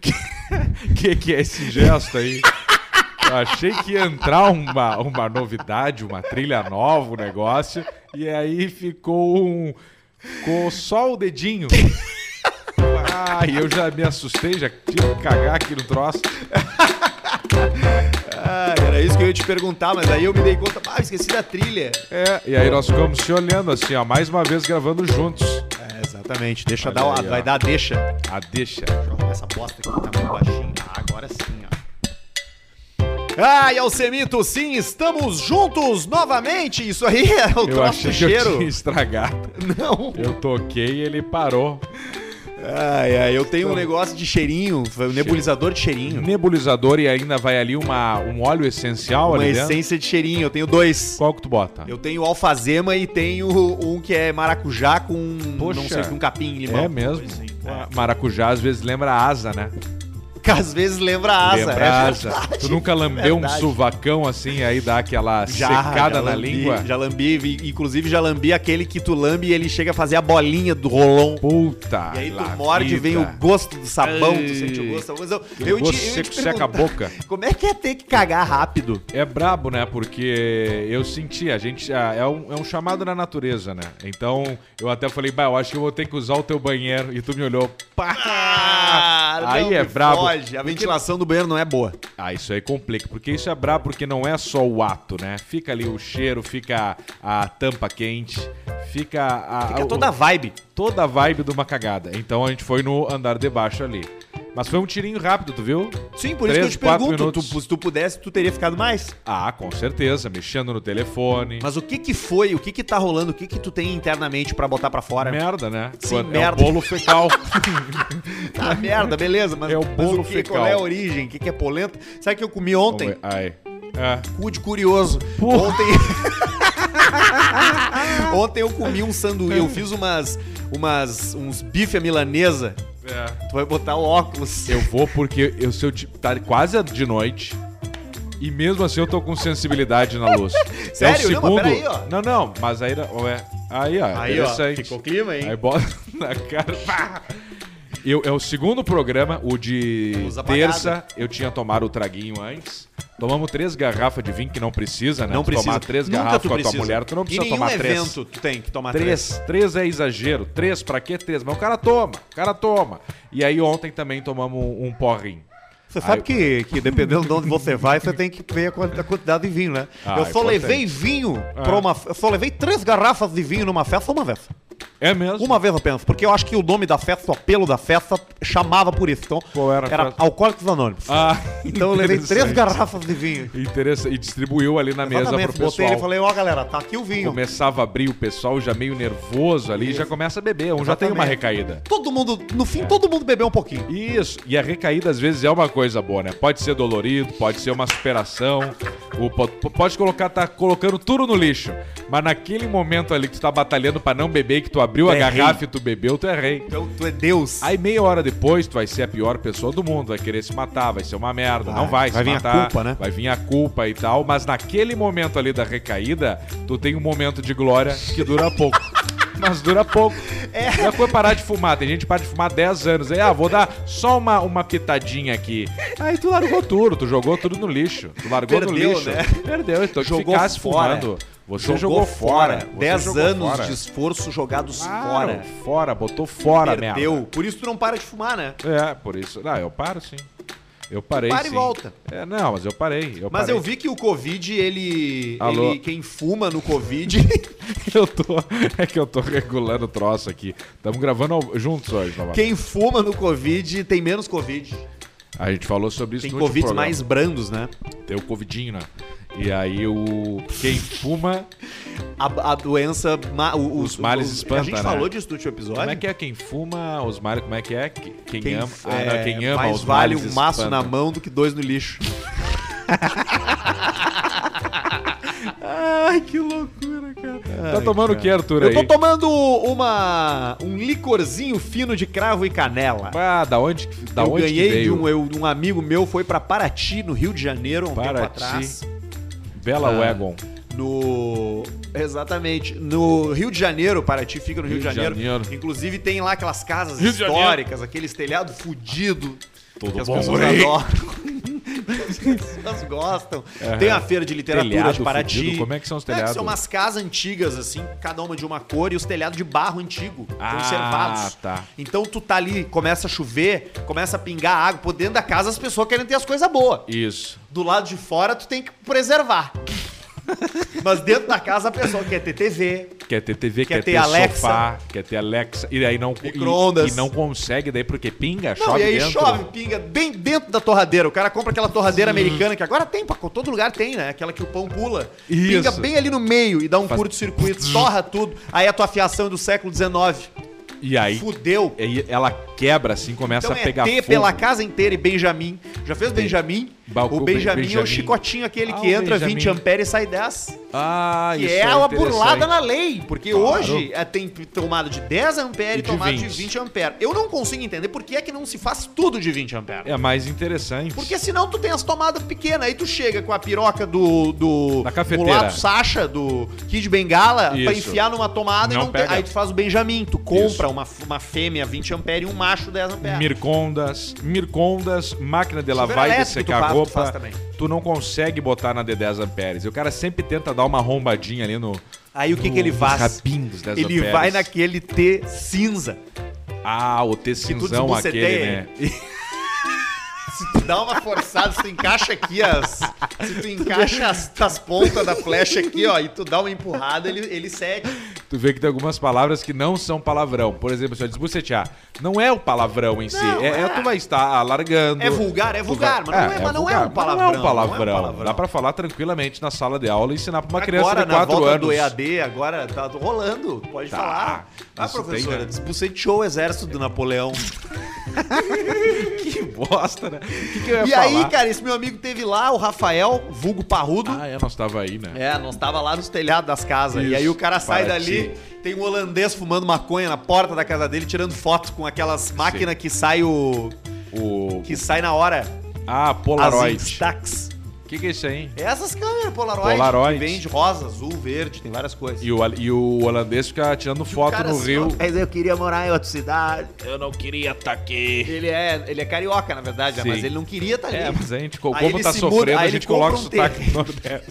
que, que que é esse gesto aí? Eu achei que ia entrar uma, uma novidade, uma trilha nova, um negócio, e aí ficou um. Ficou só o dedinho. Ai, eu já me assustei, já tive que cagar aqui no troço. Ah, era isso que eu ia te perguntar, mas aí eu me dei conta, ah, esqueci da trilha. É, e aí nós ficamos se olhando assim, ó, mais uma vez gravando juntos. É, exatamente. Deixa Olha dar, uma- aí, ó. vai dar a deixa. A deixa. Deixa eu arrumar essa bosta aqui que tá muito baixinho. Ah, agora sim, ó. Ai, Alcemito, sim, estamos juntos novamente. Isso aí é Eu o troço achei do que eu cheiro. tinha estragado. Não. Eu toquei e ele parou. Ai, ai, eu tenho um negócio de cheirinho, um nebulizador de cheirinho. Nebulizador e ainda vai ali uma, um óleo essencial Uma ali dentro. essência de cheirinho, eu tenho dois. Qual que tu bota? Eu tenho alfazema e tenho um que é maracujá com, Poxa. não sei, com capim e limão. É mesmo. Coisa assim. Ah, Maracujá às vezes lembra asa, né? Que às vezes lembra a asa. lembra é asa. verdade. Tu nunca lambeu um Verdade. suvacão assim, aí dá aquela Já, secada já na lambi, língua? Já lambi, vi- inclusive já lambi aquele que tu lambe e ele chega a fazer a bolinha do rolon. Puta! E aí tu lá morde e vida. vem o gosto do sabão, Ai. tu sente o gosto. Mas eu, O eu, te- gosto eu ia seco te seca a perguntar, boca. Como é que é ter que cagar rápido? É brabo, né? Porque eu senti, a gente. ah, É um, é um chamado na natureza, né? Então eu até falei, bah, eu acho que eu vou ter que usar o teu banheiro. E tu me olhou, pá! aí Ah, não é me brabo. foge, A ventilação do banheiro não é boa. Ah, isso aí complica, porque isso é brabo, porque não é só o ato, né? Fica ali o cheiro, fica a tampa quente, fica a. Fica Ah, o- toda a vibe. toda a vibe de uma cagada. Então a gente foi no andar de baixo ali. Mas foi um tirinho rápido, tu viu? Sim, por Três, isso que eu te quatro pergunto. minutos. tu- se tu pudesse, tu teria ficado mais. Ah, com certeza, mexendo no telefone. Mas o que que foi? O que que tá rolando? O que que tu tem internamente pra botar pra fora? Merda, né? Sim, Quando- merda. É o bolo fecal. Tá, merda, beleza, mas, É o mas bolo que, fecal. qual é a origem? O que, que é polenta? Sabe o que eu comi ontem? Ai. É. Cu de curioso. Porra. Ontem. ontem eu comi um sanduíche, eu fiz umas umas uns bife à milanesa. É. Tu vai botar o óculos. Eu vou porque eu se eu te- tá quase de noite. E mesmo assim eu tô com sensibilidade na luz. Sério? É o Não, segundo. mas peraí, ó. não, não, mas aí ué, aí, ó, é Aí, ó, interessante. ficou clima, hein? Aí bota na cara. pá! Eu, é o segundo programa, o de Luz apagada. terça. Eu tinha tomado o traguinho antes. Tomamos três garrafas de vinho, que não precisa, né? não Tu precisa. Tomar três Nunca garrafas tu com a tua precisa. mulher, tu não precisa em nenhum tomar três. evento tu tem que tomar três. Três. Três é exagero. Três, pra que três? Mas o cara toma, o cara toma. E aí ontem também tomamos um, um porrinho. Você sabe Ai. que, que dependendo de onde você vai, você tem que ver a quantidade de vinho, né? Ah, Eu só importante. Ah. levei vinho pra uma- Eu só levei três garrafas de vinho numa festa uma vez. É mesmo? Uma vez apenas, porque eu acho que o nome da festa, o apelo da festa, chamava por isso. Então, Qual era a festa? Alcoólicos Anônimos. Ah, então eu levei três interessante. garrafas de vinho. Interessante. E distribuiu ali na mesa pro botei pessoal. ele e falei, ó galera, tá aqui o vinho. Começava a abrir o pessoal já meio nervoso ali, já começa a beber. Um já tem uma Exatamente. recaída. Todo mundo, no fim, É. todo mundo bebeu um pouquinho. Isso, e a recaída às vezes é uma coisa boa, né? Pode ser dolorido, pode ser uma superação, o po- po- pode colocar, tá colocando tudo no lixo. Mas naquele momento ali que tu tá batalhando pra não beber, que tu abriu Tu a é garrafa e tu bebeu, tu é rei. Então tu é Deus. Aí meia hora depois tu vai ser a pior pessoa do mundo, vai querer se matar, vai ser uma merda, Vai, não vai, vai se vir a matar, culpa, né? vai vir a culpa e tal, mas naquele momento ali da recaída, tu tem um momento de glória que dura pouco. Mas dura pouco. É. Já foi parar de fumar. Tem gente que para de fumar 10 anos. Aí, ah, vou dar só uma, uma pitadinha aqui. Aí tu largou tudo, tu jogou tudo no lixo. Tu largou no Perdeu, lixo. né? Perdeu, então que Jogou ficasse fora. fumando. Você jogou, fora. Você Dez jogou anos fora. de esforço jogados Claro, fora. fora, botou fora, merda. Perdeu. Por isso tu não para de fumar, né? É, por isso. Ah, eu paro sim. Eu parei Para e sim. volta. É, não, mas eu parei. Eu Mas parei. eu vi que o Covid, ele. Alô? ele quem fuma no Covid. Eu tô... É que eu tô regulando o troço aqui. Tamo gravando ao- juntos hoje, Novato. quem fuma no Covid tem menos Covid. A gente falou sobre isso Tem no último Covid programa. mais brandos, né? Tem o covidinho, né? E aí o... Quem fuma... A, a doença. ma- o- Os males espanta, A gente né? falou disso no último episódio. Como é que é quem fuma, os males... Como é que é? Que- Quem, Quem, ama... Ah, é, não, quem ama mais os vale males um maço espanta. na mão do que dois no lixo. Ai, que loucura, cara. tá tomando o que, Arthur, Eu tô aí? tomando uma um licorzinho fino de cravo e canela. Ah, da onde, que- da eu onde ganhei que veio? de um, eu- de um amigo meu, foi pra Paraty, no Rio de Janeiro, há um tempo Paraty. atrás. Bela Ah. Wagon. no. Exatamente. No Rio de Janeiro, Paraty fica no Rio, de Janeiro. Inclusive tem lá aquelas casas Rio de Janeiro. históricas, aqueles telhados fudido Todo que as bom, pessoas hein? adoram. que as pessoas gostam. Tem a feira de literatura É. Telhado de Paraty. fudido, como é que são os telhados? são umas casas antigas, assim, cada uma de uma cor, e os telhados de barro antigo, Ah, conservados. tá. Então tu tá ali, começa a chover, começa a pingar água, por dentro da casa as pessoas querem ter as coisas boas. Isso. Do lado de fora tu tem que preservar. Mas dentro da casa a pessoa quer ter TV. Quer ter TV, quer, Quer ter, ter Alexa. sofá, quer ter Alexa. E aí não, Micro-ondas. e, e não consegue, daí porque pinga, Não, chove e aí dentro. chove, pinga bem dentro da torradeira. O cara compra aquela torradeira americana que agora tem, pra todo lugar tem, né? Aquela que o pão pula. Isso. Pinga bem ali no meio e dá um Faz- curto-circuito, torra tudo. Aí a tua fiação é do século XIX. E aí, Fudeu. e aí ela quebra assim, começa Então a é pegar T fogo. pela casa inteira e Benjamin. Já fez Benjamin? Balcão, o Benjamin, é Benjamin. o chicotinho aquele Ah, que o entra Benjamin. 20 amperes e sai 10. Ah, Que isso é, é uma burlada interessante. na lei, porque Claro. hoje é, tem tomada de 10 ampere E e de tomada 20. de 20 ampere. Eu não consigo entender por que é que não se faz tudo de 20 ampere. É mais interessante. Porque senão tu tem as tomadas pequenas, aí tu chega com a piroca do. do Da cafeteira. mulato Sacha, do Kid Bengala, pra Isso. enfiar numa tomada Não e não tem. pega. Aí tu faz o Benjamin, tu compra uma, uma fêmea 20 ampere e um macho 10 ampere. Mircondas, Mircondas, máquina de Chuveiro lavar e de elétrico secar tu faz- tu roupa, faz também. tu não consegue botar na de 10 amperes. E o cara sempre tenta dar uma arrombadinha ali no... Aí o que no- que ele nos faz? rabinhos dos 10 Ele amperes. vai naquele T cinza. Ah, o tu tecinzão aquele, desbuceteia né? Se tu dá uma forçada, se tu encaixa aqui as. Se tu encaixa as, as pontas da flecha aqui, ó, e tu dá uma empurrada, ele, ele cede. Tu vê que tem algumas palavras que não são palavrão. Por exemplo, se eu desbucetear, não é o palavrão em si. Não, é, é é. tu vai estar alargando. É vulgar, é tu vulgar, vai- mas não é, mas não é um Ah, vulgar, mas palavrão. Não é um palavrão. palavrão. Dá pra falar tranquilamente na sala de aula e ensinar pra uma criança agora, de na 4 volta anos. do EAD, agora tá rolando. Pode Tá, falar. Ah, isso tem, né? professora, desbuceteou o exército do Napoleão. Que bosta, né? O que, que eu ia E falar? aí, cara, esse meu amigo teve lá, o Rafael, vulgo parrudo. Ah, é, nós tava aí, né? É, nós tava lá nos telhados das casas. Isso, e aí o cara sai Paraty. dali, tem um holandês fumando maconha na porta da casa dele, tirando fotos com aquelas máquinas que sai o. O. que sai na hora. Ah, As Polaroid. Instax. O que, que é isso aí? Essas câmeras Polaroid, Polaroid. que vende rosa, azul, verde, tem várias coisas. E o, e o holandês fica tirando foto cara, no assim, rio. ó, Mas eu queria morar em outra cidade. Eu não queria tá estar aqui. Ele é, ele é carioca, na verdade, né? Sim. mas ele não queria estar ali. É, mas a gente, co- Aí como ele tá se sofrendo, muda, aí a ele gente coloca o compra um sotaque no Nordeste.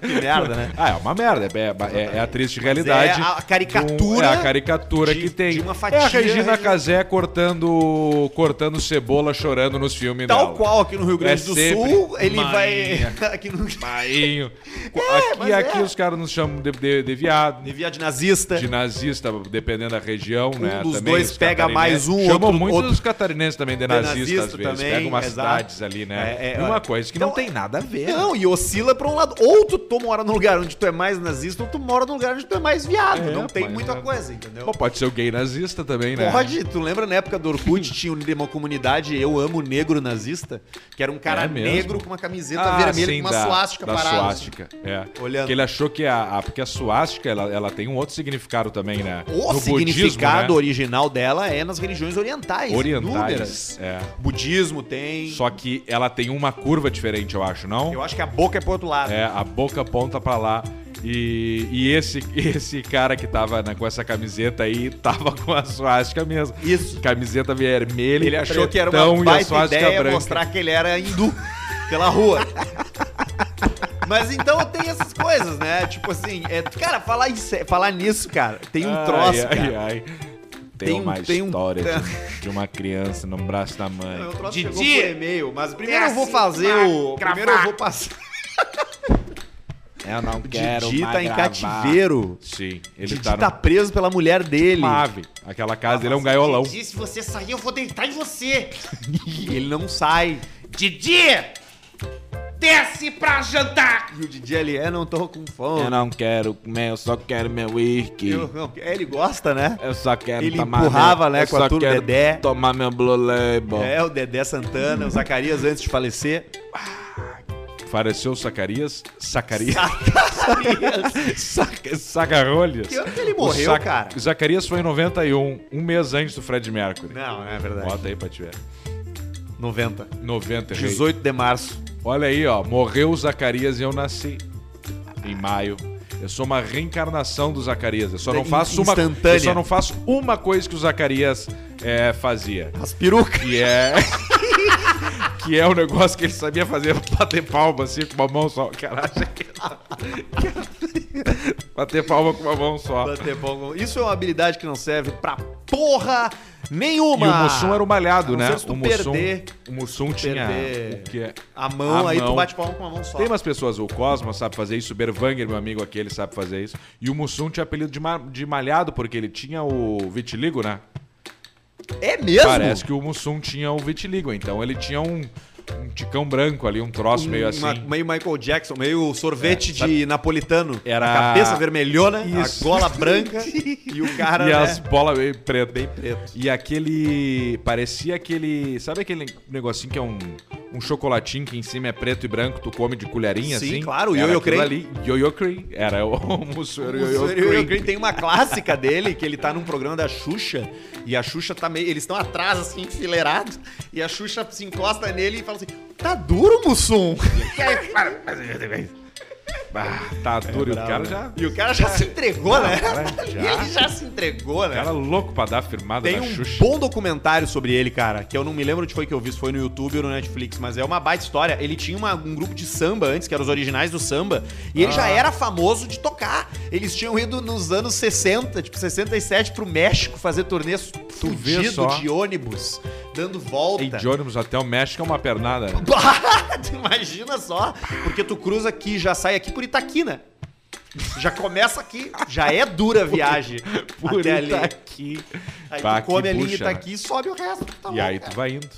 Que merda, né? Ah, é uma merda. É, é- é a triste realidade. é a caricatura de um- é a caricatura de- que tem. de uma é a fatia- Regina Casé cortando, cortando cebola, chorando nos filmes Tal dela. qual aqui no Rio Grande É do sempre- Sul, ele Marinha. vai. aqui no Marinho. aqui mas aqui é. os caras nos chamam de, de, de viado. devia de nazista. de nazista, dependendo da região, né? Um dos dois os pega catarinenses. mais um, Chamam outro- muito outro- os catarinenses também de nazista, nazista às vezes. também, pega umas exato. cidades ali, né? É, é, E uma olha. coisa que Então, não tem nada a ver. né? Não, e oscila pra um lado. Ou tu, tu mora num lugar onde tu é mais nazista, ou tu mora num lugar onde tu é mais viado. É, não tem mas muita é. coisa, entendeu? Pô, pode ser o gay nazista também, né? Pode, tu lembra na época do Orkut tinha uma comunidade Eu Amo Negro Nazista? Que era um cara É mesmo? negro com uma camiseta Ah, vermelha sim, com uma da- suástica da parada. suástica, é. Olhando. Que ele achou que a, a- porque a suástica ela, ela tem um outro significado também, né? O No budismo, significado né? original dela é nas religiões orientais. orientais. inúmeras. É. Budismo tem. Só que ela tem uma curva diferente, eu acho, não? Eu acho que a boca é pro outro lado. É, a boca aponta pra lá. E, e esse, esse cara que tava né, com essa camiseta aí tava com a suástica mesmo. Isso. Camiseta vermelha. Ele achou que era pretão uma e a baita suástica ideia branca. mostrar que ele era hindu pela rua. Mas então tem essas coisas, né? Tipo assim, é- cara, falar, em sé- falar nisso, cara, tem um Ai, troço, ai, cara. ai. Tem, Tem um- uma tem um- história de, de uma criança no braço da mãe. Meu troço Didi! É assim chegou por e-mail, mas primeiro eu vou fazer o. Primeiro eu vou passar. Eu não Didi tá em gravar. cativeiro. Sim, ele Didi tá, tá preso pela mulher dele. numa ave. Aquela casa dele é um gaiolão. Didi, se você sair, eu vou deitar em você. E ele não sai. Didi! Desce pra jantar! E o Didi ali, é, não tô com fome. Eu não quero comer, eu só quero meu whisky. Eu- não, é, ele gosta, né? Eu só quero Ele tomar. empurrava, meu, né, eu com a só turma quero Dedé. Tomar meu Blue Label. É, o Dedé Santana, o Zacarias antes de falecer. Fareceu Sacarias? Sacarias? Saca, sacarolhas. Que ano que ele morreu, O Zac- cara? Zacarias foi em 91, um mês antes do Fred Mercury. Não, é verdade. Bota aí pra te ver. 90. 90, errei. 18 de março. Olha aí, ó. Morreu o Zacarias e eu nasci. Em maio. Eu sou uma reencarnação do Zacarias. Eu só não In- faço uma, instantânea. eu só não faço uma coisa que o Zacarias é, fazia. As perucas. Que é. que é o negócio que ele sabia fazer bater palma assim com uma mão só. Caralho. bater palma com uma mão só. Bater palma. Isso é uma habilidade que não serve pra porra nenhuma. E o Mussum era o malhado, A não né? ser se é tu o Mussum, perder- o Mussum tinha perder o que é- A mão, A aí mão. tu bate palma com a mão só. Tem umas pessoas, o Cosma sabe fazer isso, o Berwanger, meu amigo aqui, ele sabe fazer isso. E o Mussum tinha apelido de, ma- de malhado, porque ele tinha o vitiligo, né? É mesmo? Parece que o Mussum tinha o vitiligo, então ele tinha um, um ticão branco ali, um troço meio assim. É, Ma- meio Michael Jackson, meio sorvete de napolitano. Era- A cabeça vermelhona, Isso. a gola branca e o cara. e né? as bolas bem pretas. Bem preto. E aquele. Parecia aquele. Sabe aquele negocinho que é um, um chocolatinho que em cima é preto e branco, tu come de colherinha Sim, assim? claro, o Era Yo-Yo aquilo Crane. ali. Yo-Yo Cream. Era o almoço, era o O Yo-Yo Sr. Yo-Yo Crane. Green tem uma clássica dele, que ele tá num programa da Xuxa, e a Xuxa tá meio. Eles estão atrás, assim, enfileirados, e a Xuxa se encosta nele e fala assim: tá duro, Mussum? Ah, tá É duro, e o cara já. E o cara já se entregou, né? cara já- E ele já se entregou, né? O cara louco pra dar a firmada Tem na um Xuxa. bom documentário sobre ele, cara, que eu não me lembro onde foi que eu vi, se foi no YouTube ou no Netflix, mas é uma baita história. Ele tinha uma- um grupo de samba antes, que eram os originais do samba, e ele já Ah. era famoso de tocar. Eles tinham ido nos anos 60, tipo 67, pro México fazer turnês vê fudido só. de ônibus, dando E volta. de ônibus até o México é uma pernada. né? Bah, tu Imagina só, porque tu cruza aqui, já sai aqui por Itaquina. Já começa aqui, já é dura a viagem. Por até ali. aqui. Aí Bah, tu come que ali em bucha, né? Itaqui e sobe o resto. Tá E aí bom, tu vai indo.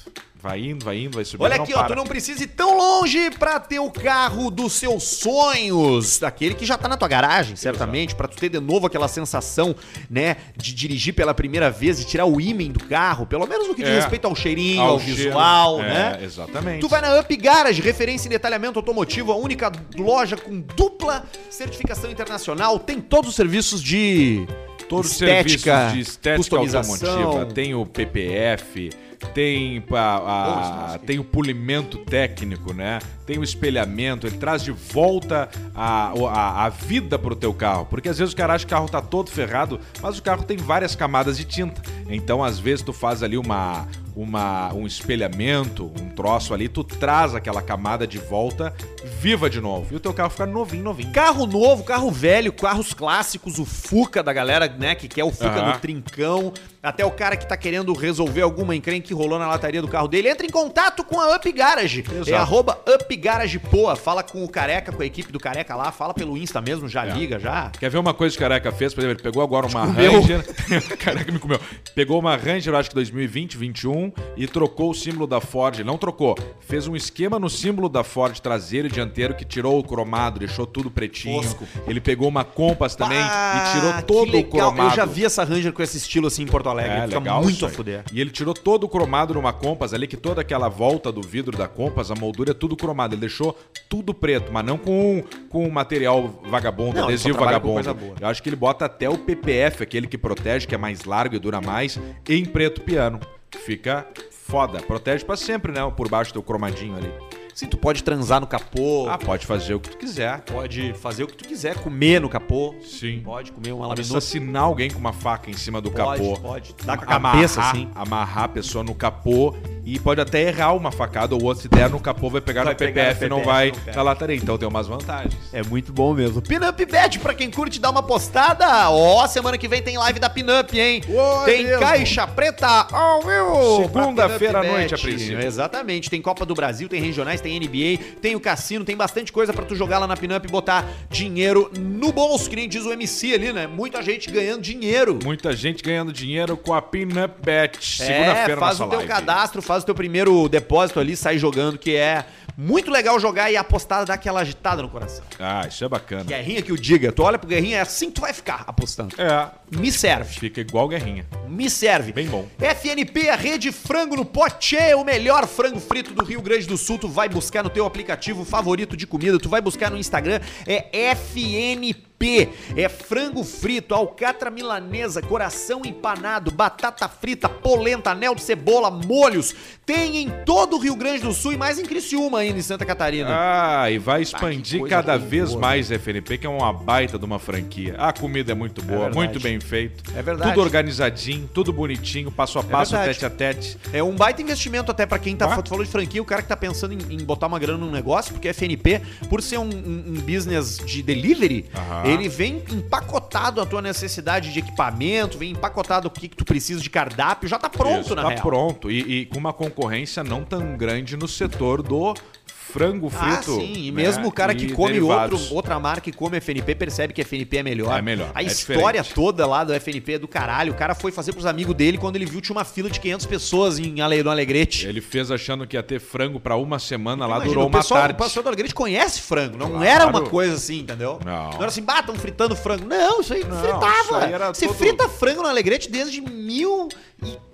Vai indo, vai indo, vai subindo. Olha não aqui, ó, para. tu não precisa ir tão longe pra ter o carro dos seus sonhos, daquele que já tá na tua garagem, certamente, pra tu ter de novo aquela sensação, né, de dirigir pela primeira vez e tirar o ímã do carro, pelo menos no que diz É. respeito ao cheirinho, Ao ao, cheiro, visual, é, né? exatamente. Tu vai na Up Garage, referência em detalhamento automotivo, a única loja com dupla certificação internacional, tem todos os serviços de Todos os estética, serviços de estética automotiva. Tem o PPF, tem, a- a- Nossa, nossa. tem o polimento técnico, né? Tem o espelhamento, ele traz de volta a, a, a vida pro teu carro. Porque às vezes o cara acha que o carro tá todo ferrado, mas o carro tem várias camadas de tinta. Então, às vezes, tu faz ali uma. Uma, um espelhamento, um troço ali, tu traz aquela camada de volta viva de novo. E o teu carro fica novinho, novinho. Carro novo, carro velho, carros clássicos, o Fuca da galera, né, que quer o Fuca Aham. no trincão, até o cara que tá querendo resolver alguma encrenca que rolou na lataria do carro dele, entra em contato com a Up Garage. É Exato. arroba Up Garage Poa, fala com o Careca, com a equipe do Careca lá, fala pelo Insta mesmo, já É. liga, já. Quer ver uma coisa que o Careca fez? Por exemplo, ele pegou agora uma comeu. Ranger. Careca me comeu. Pegou uma Ranger, eu acho que 2020, 21, e trocou o símbolo da Ford. Não trocou. Fez um esquema no símbolo da Ford traseiro e dianteiro que tirou o cromado, deixou tudo pretinho. Fosco. Ele pegou uma Compass também Ah, e tirou que todo o legal. cromado. Eu já vi essa Ranger com esse estilo assim em Porto Alegre, É, fica legal muito isso a aí. fuder. E ele tirou todo o cromado numa Compass ali, que toda aquela volta do vidro da Compass, a moldura é tudo cromado. Ele deixou tudo preto, mas não com, um, com material vagabundo, Não, ele só adesivo trabalha com vagabundo. coisa boa. Eu acho que ele bota até o PPF, aquele que protege, que é mais largo e dura mais, em preto piano. Fica foda. Protege pra sempre, né? Por baixo do cromadinho ali. Sim, Assim, tu pode transar no capô, Ah, pode fazer o que tu quiser. pode fazer o que tu quiser, comer no capô, Sim. pode comer uma Ela laminuta. precisa assinar alguém com uma faca em cima do capô. Pode, pode. Dá com a cabeça, amarrar, assim. Amarrar a pessoa no capô e pode até errar uma facada ou outra. Se der no capô, vai pegar Vai no pegar PPF e no não PPF, vai não pega. na lataria. Então tem umas vantagens. É muito bom mesmo. Pinup Bet, pra quem curte dar uma postada. Ó, semana que vem tem live da Pinup, hein? Ô, tem mesmo. caixa preta ao vivo. pra Segunda-feira à Pinup noite, É Bet. a princípio. Exatamente. Tem Copa do Brasil, tem regionais, tem NBA, tem o cassino, tem bastante coisa pra tu jogar lá na Pinup e botar dinheiro no bolso, que nem diz o MC ali, né? Muita gente ganhando dinheiro. Muita gente ganhando dinheiro com a Pinup Bet. É, Segunda-feira faz nossa o teu live. cadastro, faz o teu primeiro depósito ali, sai jogando, que é muito legal jogar e a apostada dá aquela agitada no coração. Ah, isso é bacana. Guerrinha que o diga. Tu olha pro Guerrinha, é assim que tu vai ficar apostando. É, Me serve, fica igual guerrinha. me serve. Bem bom. FNP, a rede Frango no Pote, é o melhor frango frito do Rio Grande do Sul. Tu vai buscar no teu aplicativo favorito de comida, tu vai buscar no Instagram, é FNP. P é frango frito, alcatra milanesa, coração empanado, batata frita, polenta, anel de cebola, molhos. Tem em todo o Rio Grande do Sul e mais em Criciúma ainda, em Santa Catarina. Ah, e vai que expandir coisa cada boa, vez né? mais FNP, que é uma baita de uma franquia. A comida é muito boa, verdade. muito bem feito. É verdade. É Tudo organizadinho, tudo bonitinho, passo a passo, verdade. tete a tete. É um baita investimento até pra quem tá. Tá. Tu falou de franquia, o cara que tá pensando em, em botar uma grana num negócio, porque FNP, por ser um, um- um business de delivery, Aham. ele vem empacotado a tua necessidade de equipamento, vem empacotado o que, que tu precisa de cardápio, já tá pronto, Isso, na tá real. pronto. E, e com uma concorrência não tão grande no setor do frango frito. Ah, sim, e né? mesmo o cara que E come outro, derivados. outra marca e come FNP percebe que FNP é melhor. É melhor, A é história diferente. toda lá do FNP é do caralho. O cara foi fazer pros amigos dele quando ele viu tinha uma fila de 500 pessoas em Ale- no Alegrete. Ele fez achando que ia ter frango pra uma semana lá, Imagina, durou o uma pessoal, tarde. O pessoal do Alegrete conhece frango. Não Claro. era uma coisa assim, entendeu? Não. era assim, bah, estão fritando frango. Não, isso aí Não, isso fritava. aí era Você todo- frita frango no Alegrete desde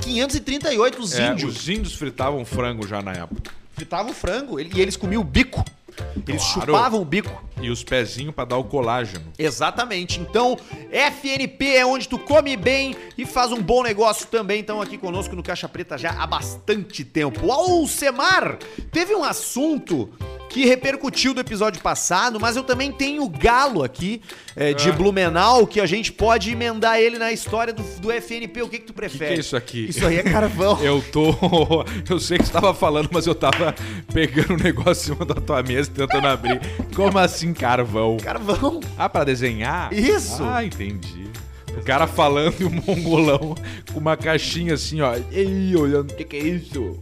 1538, os É, índios. os índios fritavam frango já na época. Fritavam frango ele- e eles comiam o bico. Eles Claro. chupavam o bico. E os pezinhos pra dar o colágeno. Exatamente. Então, FNP é onde tu come bem e faz um bom negócio também. Então, aqui conosco no Caixa Preta já há bastante tempo. Alcemar, teve um assunto que repercutiu do episódio passado, mas eu também tenho o galo aqui eh, de Blumenau que a gente pode emendar ele na história do, do FNP. O que, que tu O que, que é prefere? isso aqui? Isso aí é carvão. Eu tô. Eu sei que você tava falando, mas eu tava pegando um negócio em cima da tua mesa e tentando abrir. Como assim, carvão? Carvão. Ah, pra desenhar? Isso. Ah, entendi. O cara falando e um mongolão com uma caixinha assim, ó. Ei, olhando, o que, que é isso?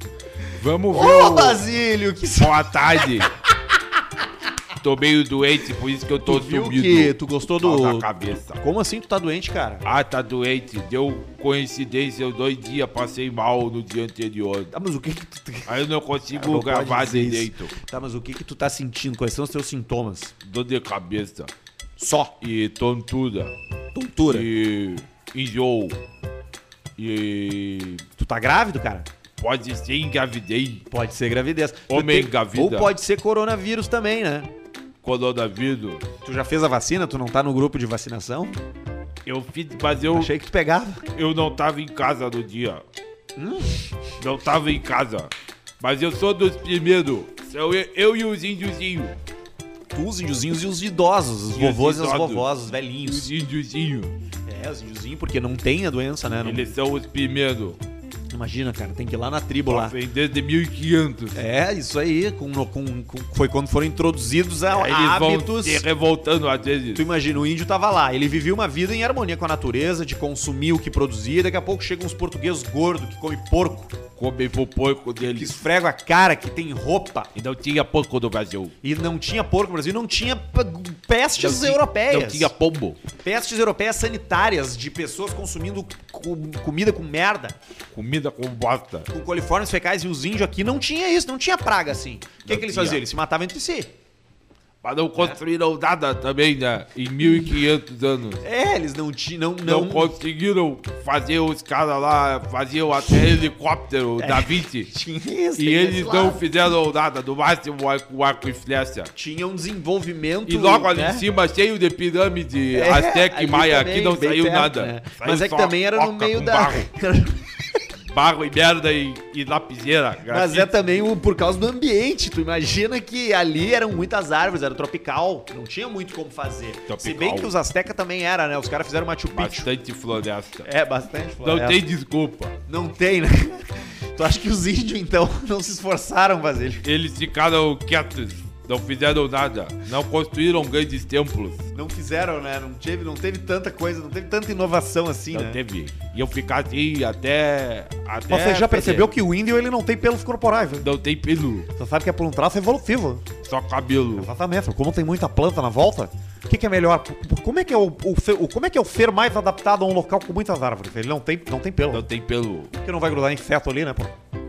Vamos Ô, ver. o- Basílio, que Boa tarde. tô meio doente, por isso que eu tô tu viu sumido. que tu gostou Tá do... na cabeça. Como assim tu tá doente, cara? Ah, tá doente. Deu coincidência, eu dois dias passei mal no dia anterior. Ah, mas o que que tu... Aí eu Não não consigo pode gravar dizer isso. direito. Tá, mas o que que tu tá sentindo? Quais são os teus sintomas? Dor de cabeça Só. e tontura Tontura. e enjoo. E Tu tá grávido, cara? pode ser engravidei, Pode ser gravidez. Tu Homem tem- gravida. Ou pode ser coronavírus também, né? coronavírus. Tu já fez a vacina? Tu não tá no grupo de vacinação? Eu fiz, mas eu, Achei que tu pegava. eu não tava em casa no dia. Hum? Não tava em casa. Mas eu sou dos primeiros. Sou eu, eu e os índiozinhos. Tu, os índiozinhos e os idosos. Os os vovôs e as idosos. vovós, os Os velhinhos. índiozinhos. É, os índiozinhos, porque não tem a doença, né? Não- Eles são os primeiros. Imagina, cara, tem que ir lá na tribo lá. Vem desde 1500. É, isso aí. Com, com- com- foi quando foram introduzidos a, Aí a É, eles vão hábitos... se revoltando às vezes. um Tu imagina, o índio tava lá, ele vivia uma vida em harmonia com a natureza, de consumir o que produzia, e daqui a pouco chegam uns portugueses gordos que comem porco, Comem pro porco que deles. esfregam a cara, que tem roupa. E não tinha porco no Brasil. E não tinha porco no Brasil, não tinha p- Não pestes ti- europeias. Não tinha pombo. Pestes europeias sanitárias de pessoas consumindo co- comida com merda, Comida com bosta. com coliformes fecais e os índios aqui não tinha isso, não tinha praga assim. O que, Não que eles tinha. faziam? Eles se matavam entre si. Mas não construíram nada também, né? Em 1500 anos. É, eles não tinham. Não, Não, não conseguiram fazer os caras lá, faziam até helicóptero É. da Vinci. tinha isso. E tem esse eles lado. não fizeram nada, no máximo arco, arco e flecha. Tinha um desenvolvimento. E logo ali né? em cima, cheio de pirâmide, É, Azteca e ali Maia, também, aqui não bem saiu perto, nada. né? Saiu Mas é que só também era no oca meio com da. Barro, barro e merda e, e lapiseira. Mas grafite. é também o- por causa do ambiente. Tu imagina que ali eram muitas árvores, era tropical. Não tinha muito como fazer. Tropical. Se bem que os aztecas também era, né? Os caras fizeram Machu Picchu. Bastante floresta. É, bastante. Não floresta. tem desculpa. Não tem, né? Tu acha que os índios, então, não se esforçaram pra fazer? Eles um ficaram quietos, não fizeram nada, não construíram grandes templos. Não fizeram, né? Não teve, não teve tanta coisa, não teve tanta inovação assim, Não né? teve. E eu ficar assim até. Mas até você já feder. percebeu que o índio ele não tem pelos corporais, viu? Não tem pelo, Você sabe que é por um traço evolutivo. só cabelo. Exatamente. Como tem muita planta na volta, o que, que é melhor? P- p- Como é que é o, o fe- o- como é que é o ser mais adaptado a um local com muitas árvores? Ele não tem, não tem pelo. Não tem pelo. Porque não vai grudar inseto ali, né? Pô?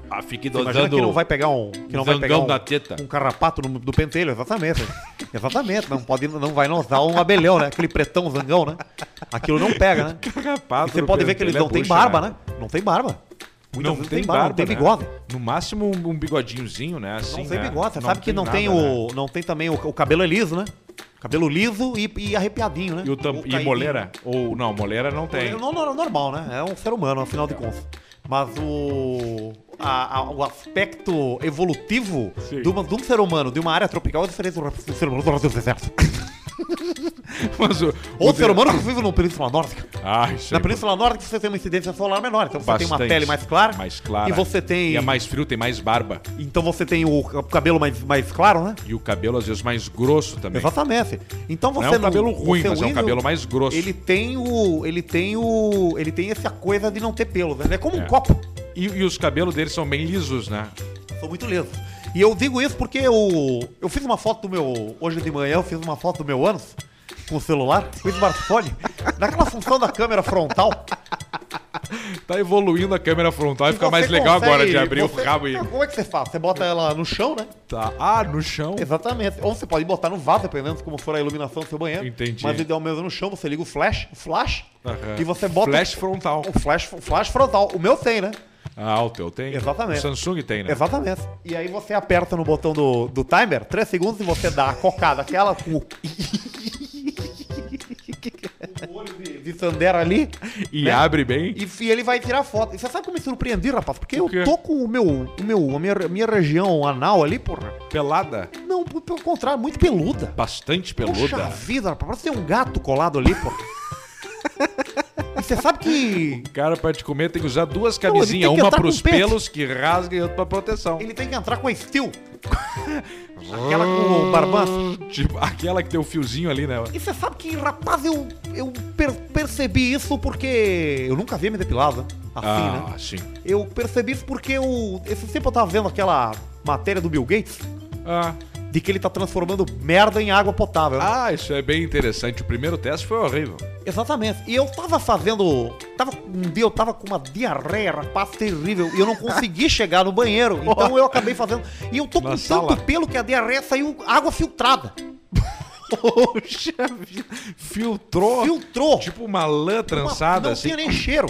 Ah, fique Você imagina que não dosando vai pegar um, que não vai zangão pegar um, da teta. um carrapato no- do pentelho, exatamente. exatamente. Não pode, não vai notar um abelhão, né? Aquele pretão zangão, né? Aquilo não pega, né? E Rapaz, você pode ver que ele não tem barba, né? Não tem barba. Muitas Não vezes tem barba, não tem né? bigode. No máximo um um bigodinhozinho, né? Assim, não tem né? bigode, você sabe que não tem, nada, né? o. Não tem também o, o cabelo é liso, né? Cabelo liso e, e arrepiadinho, né? E, o tam... Ou e caído. moleira? Ou não, moleira não tem. Não, não, normal, né? É um ser humano, afinal de contas. Mas o. a- a- o aspecto evolutivo Sim. de, uma- de um ser humano de uma área tropical é diferente do ser humano do Brasil do deserto. Mas o, Ou o ser de- humano que vive na Península Nórdica. Ah, isso Na é Península Nórdica você tem uma incidência solar menor, então você tem uma bastante pele mais clara. Mais clara. E você tem. E é mais frio, tem mais barba. Então você tem o o cabelo mais, mais claro, né? E o cabelo, às vezes, mais grosso também. Exatamente. Então você Não é um cabelo ruim, você mas é um índio, cabelo mais grosso. Ele tem o. Ele tem o. Ele tem essa coisa de não ter pelo, né? Ele é como É. um copo. E, e os cabelos dele são bem lisos, né? Sou muito liso. E eu digo isso porque eu, eu fiz uma foto do meu. Hoje de manhã eu fiz uma foto do meu ânus com o celular, com o smartphone, naquela função da câmera frontal. Tá evoluindo a câmera frontal e fica Então Você mais legal consegue- agora de abrir você- o rabo e. Como é que você faz? Você bota ela no chão, né? Tá. Ah, no chão. Exatamente. Ou você pode botar no vaso, dependendo de como for a iluminação do seu banheiro. Entendi. Mas idealmente no chão, você liga o flash, o flash, Aham. e você bota. Flash frontal. O flash, o flash frontal. O meu tem, né? Ah, o teu tem. Exatamente. O Samsung tem, né? Exatamente. E aí você aperta no botão do, do timer, 3 segundos, e você dá a cocada, aquela com o. o olho de, de Sandera ali. E né? abre bem. E, e ele vai tirar foto. E você sabe como eu me surpreendi, rapaz? Porque eu quê? tô com o meu. O meu a minha, minha região anal ali, porra. Pelada. Não, pelo contrário, muito peluda. Bastante Poxa peluda. vida, rapaz, parece que tem um gato colado ali, pô. E você sabe que O cara, pra te comer, tem que usar duas ele camisinhas. tem que Uma entrar com pros o pente. pelos que rasga e outra pra proteção. ele tem que entrar com a steel. Aquela com o barbanço. Tipo, aquela que tem o fiozinho ali, né? E você sabe que, rapaz, eu, eu per- percebi isso porque... Eu nunca vi me depilado, né? assim, né? ah, sim. Eu percebi isso porque eu... Esse tempo eu tava vendo aquela matéria do Bill Gates, Ah. de que ele tá transformando merda em água potável. né? Ah, isso é bem interessante. O primeiro teste foi horrível. Exatamente. E eu tava fazendo. Tava, um dia eu tava com uma diarreia, rapaz, terrível. E eu não consegui chegar no banheiro. Então eu acabei fazendo. E eu tô Na com sala. tanto pelo que a diarreia saiu água filtrada. Poxa vida. Filtrou. Filtrou. Tipo uma lã trançada, não assim. tinha nem cheiro.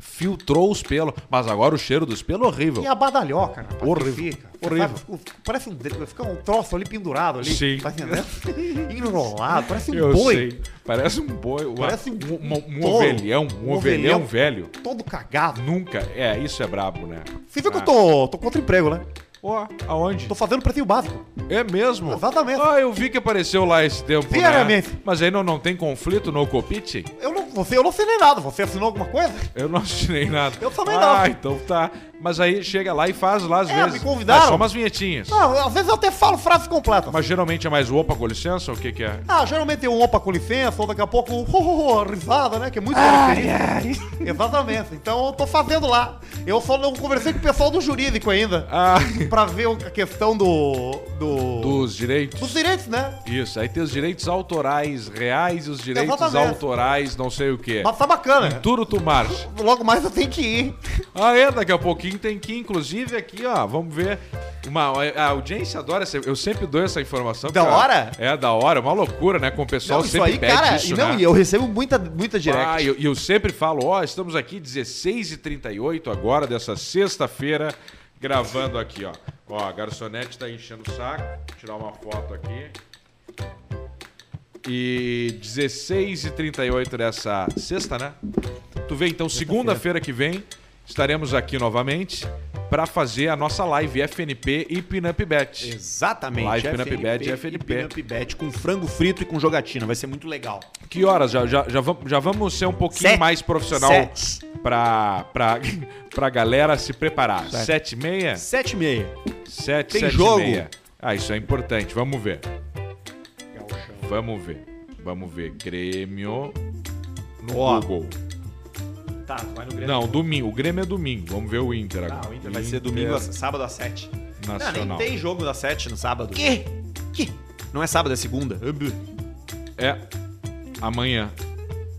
Filtrou os pelos. Mas agora o cheiro dos pelos é horrível. E a badalhoca, rapaz. que Horrível. Fica. Você Horrível. sabe, o- parece um. dre- Fica um troço ali pendurado ali. Sim. Tá entendendo? Enrolado. Parece um Eu boi. sei. Parece um boi. uma- Parece um um, um touro. ovelhão. Um Um ovelhão ovelhão. velho. Todo cagado. Nunca. É, isso é brabo, né? Você viu que Ah. eu tô, tô contra emprego, né? Ó, aonde? Tô fazendo pretinho básico. É mesmo? Exatamente. Ah, eu vi que apareceu lá esse tempo, né? Diariamente. Mas aí não, não tem conflito no Copite? Eu não, você, eu não sei nem nada. Você assinou alguma coisa? Eu não assinei nada. Eu também Ah, não. então tá. Mas aí chega lá e faz lá às É, vezes. me convidaram. Ah, só umas vinhetinhas. Não, às vezes eu até falo frases completas. Mas geralmente é mais opa, com licença, ou o que que é? Ah, geralmente tem um opa com licença, ou daqui a pouco um ho, ho, ho, risada, né? Que é muito característico. Exatamente. Então eu tô fazendo lá. Eu só não conversei com o pessoal do jurídico ainda. Ah, Pra ver o- a questão do. do. dos direitos. dos direitos, né? Isso, aí tem os direitos autorais reais e os direitos Exatamente. autorais não sei o que. Mas tá bacana. né? Tudo tu marcha. Logo mais eu tenho que ir. Ah, é, daqui a pouquinho tem que, inclusive, aqui, ó, vamos ver. Uma, a audiência adora, essa- eu sempre dou essa informação. Da hora? É, da hora, uma loucura, né? Com o pessoal sempre pede isso, e não, né? e eu recebo muita, muita direct. Ah, e eu, e eu sempre falo, ó, estamos aqui 16h38 agora, dessa sexta-feira, gravando aqui, ó. Ó, a garçonete tá enchendo o saco, vou tirar uma foto aqui. E 16h38 dessa sexta, né? Tu vê, então, segunda-feira que vem, estaremos aqui novamente para fazer a nossa live FNP e Pinup Bet. Exatamente. Live FNP, Pinup Bet, FNP. Pinup Bet com frango frito e com jogatina. Vai ser muito legal. Que horas? Já, já, já, vamos, já vamos ser um pouquinho Sete. mais profissional Sete. pra, pra, pra galera se preparar. É. Sete e meia? Sete e meia. Sete, Tem sete jogo? e meia. Ah, isso é importante. Vamos ver. Vamos ver. Vamos ver. Grêmio no Ó. Google. Tá, vai no Grêmio. Não, domingo. O Grêmio é domingo. Vamos ver o Inter agora. Ah, o Inter vai ser domingo, às- sábado às 7. Não, Nacional. nem tem jogo das 7 no sábado. Que? Que? Não é sábado, é segunda. É amanhã.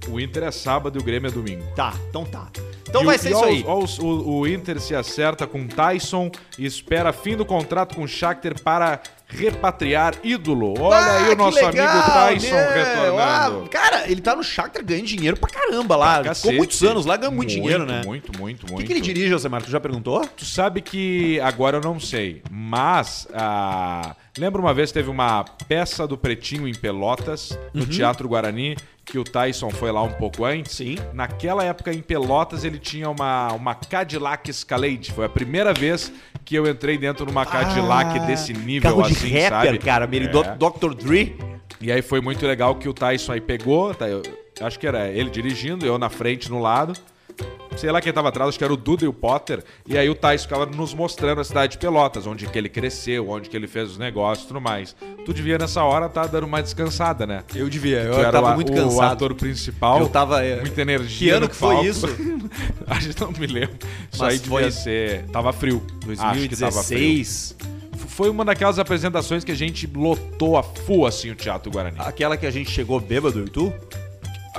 O Inter é sábado e o Grêmio é domingo. Tá, então tá. Então E vai o- ser e isso ó, aí. ó, os- o, o Inter se acerta com Tyson e espera fim do contrato com o Shakhtar para repatriar ídolo. Olha Ah, aí o que nosso legal, amigo Tyson né? Ah, retornando. cara, ele tá no Shakhtar ganhando dinheiro pra caramba lá. Ah, Ficou Cacete. muitos anos lá, ganhou muito, dinheiro, né? Muito, muito, muito. O que, que ele dirige, Alcemar? Tu já perguntou? Tu sabe que agora eu não sei, mas ah, lembra uma vez teve uma peça do Pretinho em Pelotas, no Uhum. Teatro Guarani, que o Tyson foi lá um pouco antes. Sim. Naquela época em Pelotas ele tinha uma, uma Cadillac Escalade. Foi a primeira vez que eu entrei dentro de uma Cadillac Ah, desse nível carro de assim, rapper, sabe? cara. Meio É. do- Dr. Dre. E aí foi muito legal que o Tyson aí pegou, tá, eu, acho que era ele dirigindo, eu na frente, no lado. Sei lá quem tava atrás, acho que era o Duda e o Potter. E aí o Tyson ficava nos mostrando a cidade de Pelotas, onde que ele cresceu, onde que ele fez os negócios e tudo mais. Tu devia nessa hora tá dando uma descansada, né? Eu devia, Tu era o, a- o ator principal. Eu tava, é, Muita energia. que ano no que foi palco. isso? a gente não me lembro. Isso Mas aí devia foi- ser. Tava frio. Acho que tava frio. 2016. F- Foi uma daquelas apresentações que a gente lotou a full assim o Teatro Guarani. Aquela que a gente chegou bêbado, e tu?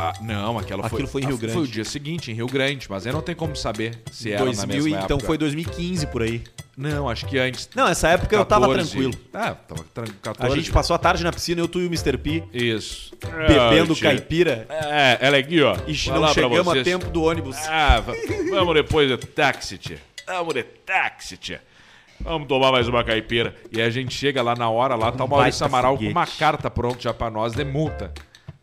Ah, não, aquela foi. Aquilo foi em ah, Rio Foi o Grande. dia seguinte, em Rio Grande, mas aí não tem como saber se era na 2000, mesma e- então época. foi 2015 por aí. Não, acho que antes. Não, essa época eu tava 14. tranquilo. Ah, tava tranquilo. A 14. gente passou a tarde na piscina, eu, tu e o Mr. P, Isso. bebendo Ah, tio. caipira. É, ela é aqui, ó. E Vou não lá pra chegamos a vocês. tempo do ônibus. Ah, va- vamos depois de táxi, tia. Vamos de táxi, tia. Vamos tomar mais uma caipira. E a gente chega lá na hora, lá tá o Maurício baita Amaral foguete. com uma carta pronta já pra nós de multa.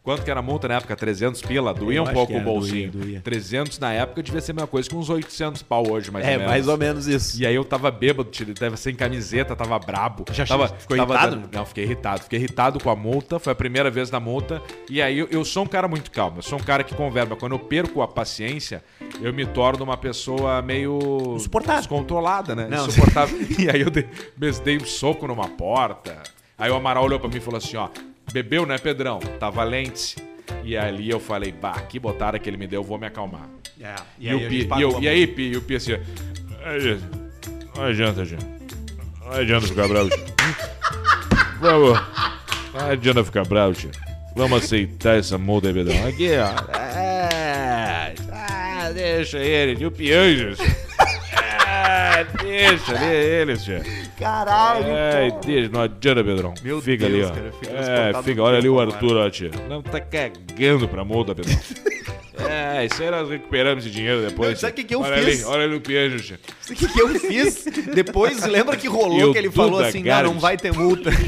Quanto que era a multa na época? 300 pila? Doía Eu um acho pouco o que era, bolsinho. doía, doía. 300 na época devia ser a mesma coisa que uns 800 pau hoje, mais ou é, menos. mais ou menos isso. E aí eu tava bêbado, tio, tava sem camiseta, tava brabo. Já tava, che- ficou tava irritado? dando- Não, fiquei irritado. Fiquei irritado com a multa, foi a primeira vez na multa. E aí eu, eu sou um cara muito calmo, eu sou um cara que conversa. Mas Quando eu perco a paciência, eu me torno uma pessoa meio... Insuportável. Descontrolada, né? Não. Insuportável. e aí eu dei, mes- dei um soco numa porta. Aí o Amaral olhou pra mim e falou assim, ó... Bebeu, né, Pedrão? Tá valente. E ali eu falei, bah, que botada que ele me deu, eu vou me acalmar. É, E, o a Pi, gente e, pagou eu, a e aí, Pi, e o Pi assim, ó, É isso. Não adianta, gente. Não adianta ficar bravo, gente. Vamos. Não adianta ficar bravo, gente. Vamos aceitar essa multa aí, Pedrão. Aqui, ó. É. Ah, deixa ele, tio Pianjas. Ah, deixa ele, ele, tia. Caralho! É. Ai, deixa, não adianta, Pedrão. Meu fica Deus, ali, ó. cara, eu fico é, transportado fica, no olha ali tempo o agora. Arthur, ó, tia. Não tá cagando pra multa, Pedrão. é, isso aí nós recuperamos esse dinheiro depois. Não, sabe o que tia. que eu olha fiz? Ali, olha ali o Pianjo, tia. O que, que eu fiz? Depois, lembra que rolou Eu, que ele falou Duda assim, ah, Garbi. não vai ter multa.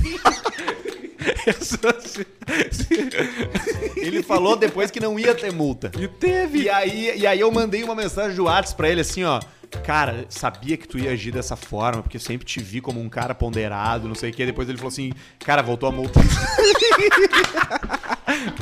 ele falou depois que não ia ter multa. E teve. E aí, e aí eu mandei uma mensagem do WhatsApp pra ele assim, ó. Cara, sabia que tu ia agir dessa forma, porque eu sempre te vi como um cara ponderado, não sei o quê. Depois ele falou assim, cara, voltou a multa.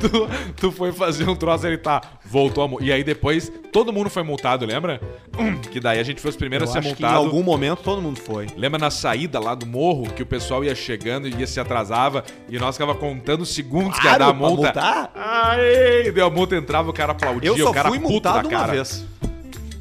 tu, tu foi fazer um troço, ele tá, voltou a mu- E aí depois, todo mundo foi multado, lembra? Hum, Que daí a gente foi os primeiros Eu a ser acho que em multado. algum momento todo mundo foi. Lembra na saída lá do morro que o pessoal ia chegando e ia se atrasava e nós ficava contando os segundos que ia dar a Claro, pra multa. multar? Aí, deu a multa, entrava, o cara aplaudia, Eu só o cara fui puto multado da uma cara. vez. eu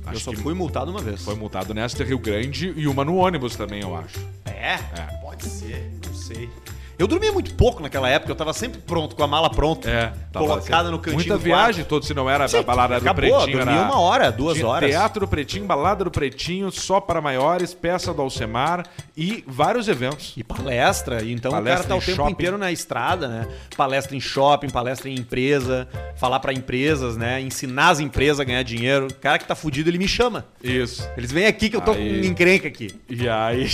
Acho só que fui multado uma vez. Foi multado nesta Rio Grande e uma no ônibus também, eu acho. É? Pode ser, não sei. Eu dormia muito pouco naquela época, eu tava sempre pronto, com a mala pronta, É, tava colocada no assim, cantinho Muita do quarto. viagem, todo se não era Sim, a balada do acabou, Pretinho, dormia era uma hora, duas Tinha horas. Teatro Pretinho, Balada do Pretinho, só para maiores, peça do Alcemar e vários eventos. E palestra, e então o Palestra cara tá em o tempo shopping. inteiro na estrada, né? Palestra em shopping, palestra em empresa, falar pra empresas, né? Ensinar as empresas a ganhar dinheiro. O cara que tá fudido, ele me chama. Isso. Eles vêm aqui que eu tô Aí. com encrenca aqui. E aí.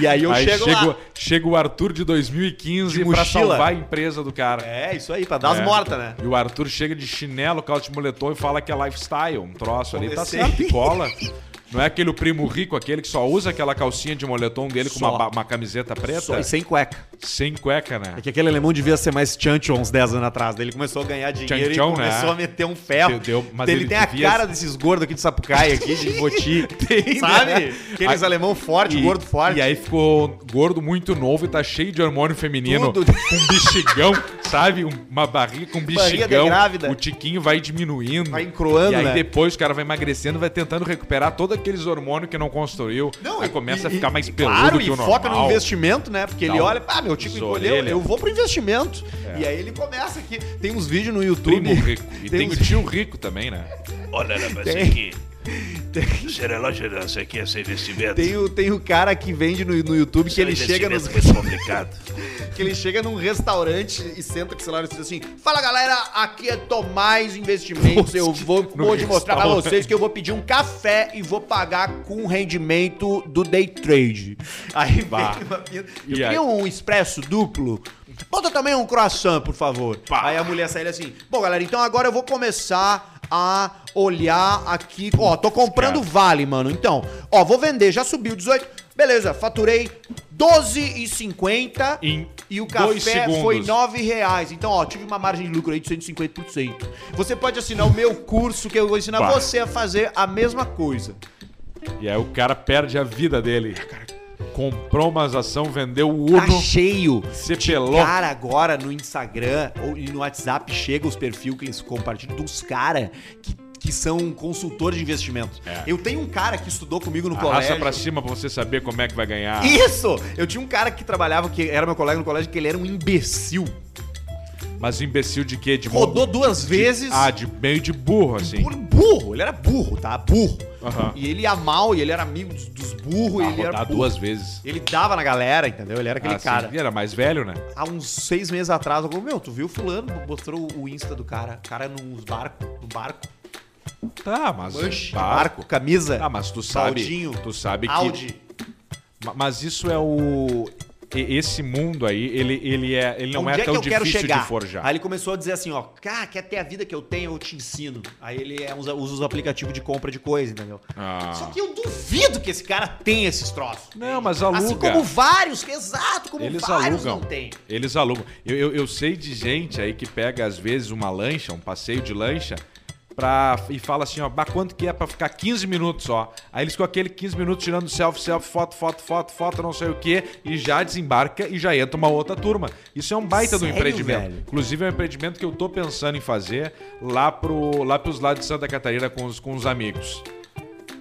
E aí eu chego chega, lá. o- chega o Arthur de 2015 De pra mochila. salvar a empresa do cara. É, isso aí, pra dar as É. mortas, né? E o Arthur chega de chinelo, calça de moletom e fala que é lifestyle, um troço ali. Tá Comecei. certo, que cola. Não é aquele primo rico, aquele que só usa aquela calcinha de moletom dele com Só. uma, ba- uma camiseta preta? Só- e sem cueca. Sem cueca, né? É que aquele alemão devia ser mais chancho uns 10 anos atrás. Daí ele começou a ganhar dinheiro Chanchão, e começou né? a meter um ferro. Deu- deu- mas ele, ele tem a devia- cara desses gordos aqui de Sapucaia, aqui de Boti. Tem, sabe? né? Aqueles Aí- alemão forte, gordo forte. E aí ficou gordo muito novo e tá cheio de hormônio feminino. Tudo. Um bexigão, sabe? Um- Uma barriga com um Barriga de bexigão. grávida. O tiquinho vai diminuindo. Vai encroando, E aí né? depois o cara vai emagrecendo, vai tentando recuperar todos aqueles hormônios que não construiu. Não, aí e- começa a e- ficar mais e- peludo Claro, que e o normal. foca no investimento, né? Porque ele Dá um- olha, ah, meu tico as encolheu, orelhas. eu vou pro investimento. É. E aí ele começa aqui. Tem um uns vídeos no Primo YouTube. rico. E tem, uns- o tio rico também, né? é Olha, ela vai Tem. aqui. Será lá, será? Isso aqui é sem investimento. Tem o, tem o cara que vende no, no YouTube é que ele, chega nos, muito complicado. que ele chega num restaurante e senta com o celular e diz assim: Fala galera, aqui é Tomás Investimentos. Eu vou hoje mostrar pra vocês que eu vou pedir um café e vou pagar com o rendimento do day trade. Aí Bah. vem uma mina. Eu E aí? queria um expresso duplo. Bota também um croissant, por favor. Pá. Aí a mulher sai assim: Bom, galera, então agora eu vou começar a olhar aqui. Ó, tô comprando vale, mano. Então, ó, vou vender. Já subiu 18. Beleza, faturei 12,50 Em e o dois café foi segundos. 9 reais. Então, ó, tive uma margem de lucro aí de 150%. Você pode assinar o meu curso que eu vou ensinar Pá. você a fazer a mesma coisa. E aí o cara perde a vida dele. Comprou umas ação, vendeu o Ah, Tá Uno, cheio. se pelou. Cara, agora no Instagram ou e no WhatsApp chega os perfis que eles compartilham dos caras que, que são consultores de investimento. É. Eu tenho um cara que estudou comigo no Arrasta colégio. pra cima pra você saber como é que vai ganhar. Isso! Eu tinha um cara que trabalhava, que era meu colega no colégio, que ele era um imbecil. Mas imbecil de quê? De Rodou mão- duas de- vezes. Ah, de meio de burro, assim. Por burro, ele era burro, tá? Burro. Aham. E ele ia mal, e ele era amigo dos, dos burros, Ah, ele era rodar burro. duas vezes. Ele dava na galera, entendeu? Ele era aquele Ah, sim. cara. E era mais velho, né? Há uns seis meses atrás, eu falei, meu, tu viu fulano? Mostrou o Insta do cara. O cara num barco, num barco. Tá, mas. Manche, Tá. barco, camisa. Ah, mas tu sabe. Baldinho. Tu sabe que. Audi. Ma- Mas isso é o. e- Esse mundo aí, ele, ele, é, ele não é, Onde tão difícil de forjar. Aí ele começou a dizer assim, ó, cara, quer ter a vida que eu tenho, eu te ensino. Aí ele é, usa, usa os aplicativos de compra de coisa, entendeu? Ah. Só que eu duvido que esse cara tenha esses troços. Não, mas Assim aluga. como vários, que- exato, como Eles vários alugam. não tem. Eles alugam. Eu, eu, eu sei de gente aí que pega, às vezes, uma lancha, um passeio de lancha, pra, e fala assim, ó, bah, quanto que é pra ficar 15 minutos só? Aí eles com aquele 15 minutos tirando selfie, selfie, foto, foto, foto, foto, não sei o quê, e já desembarca e já entra uma outra turma. Isso é um baita do Sério, empreendimento. velho? Inclusive, é um empreendimento que eu tô pensando em fazer lá, pro, lá pros lados de Santa Catarina com os, com os amigos.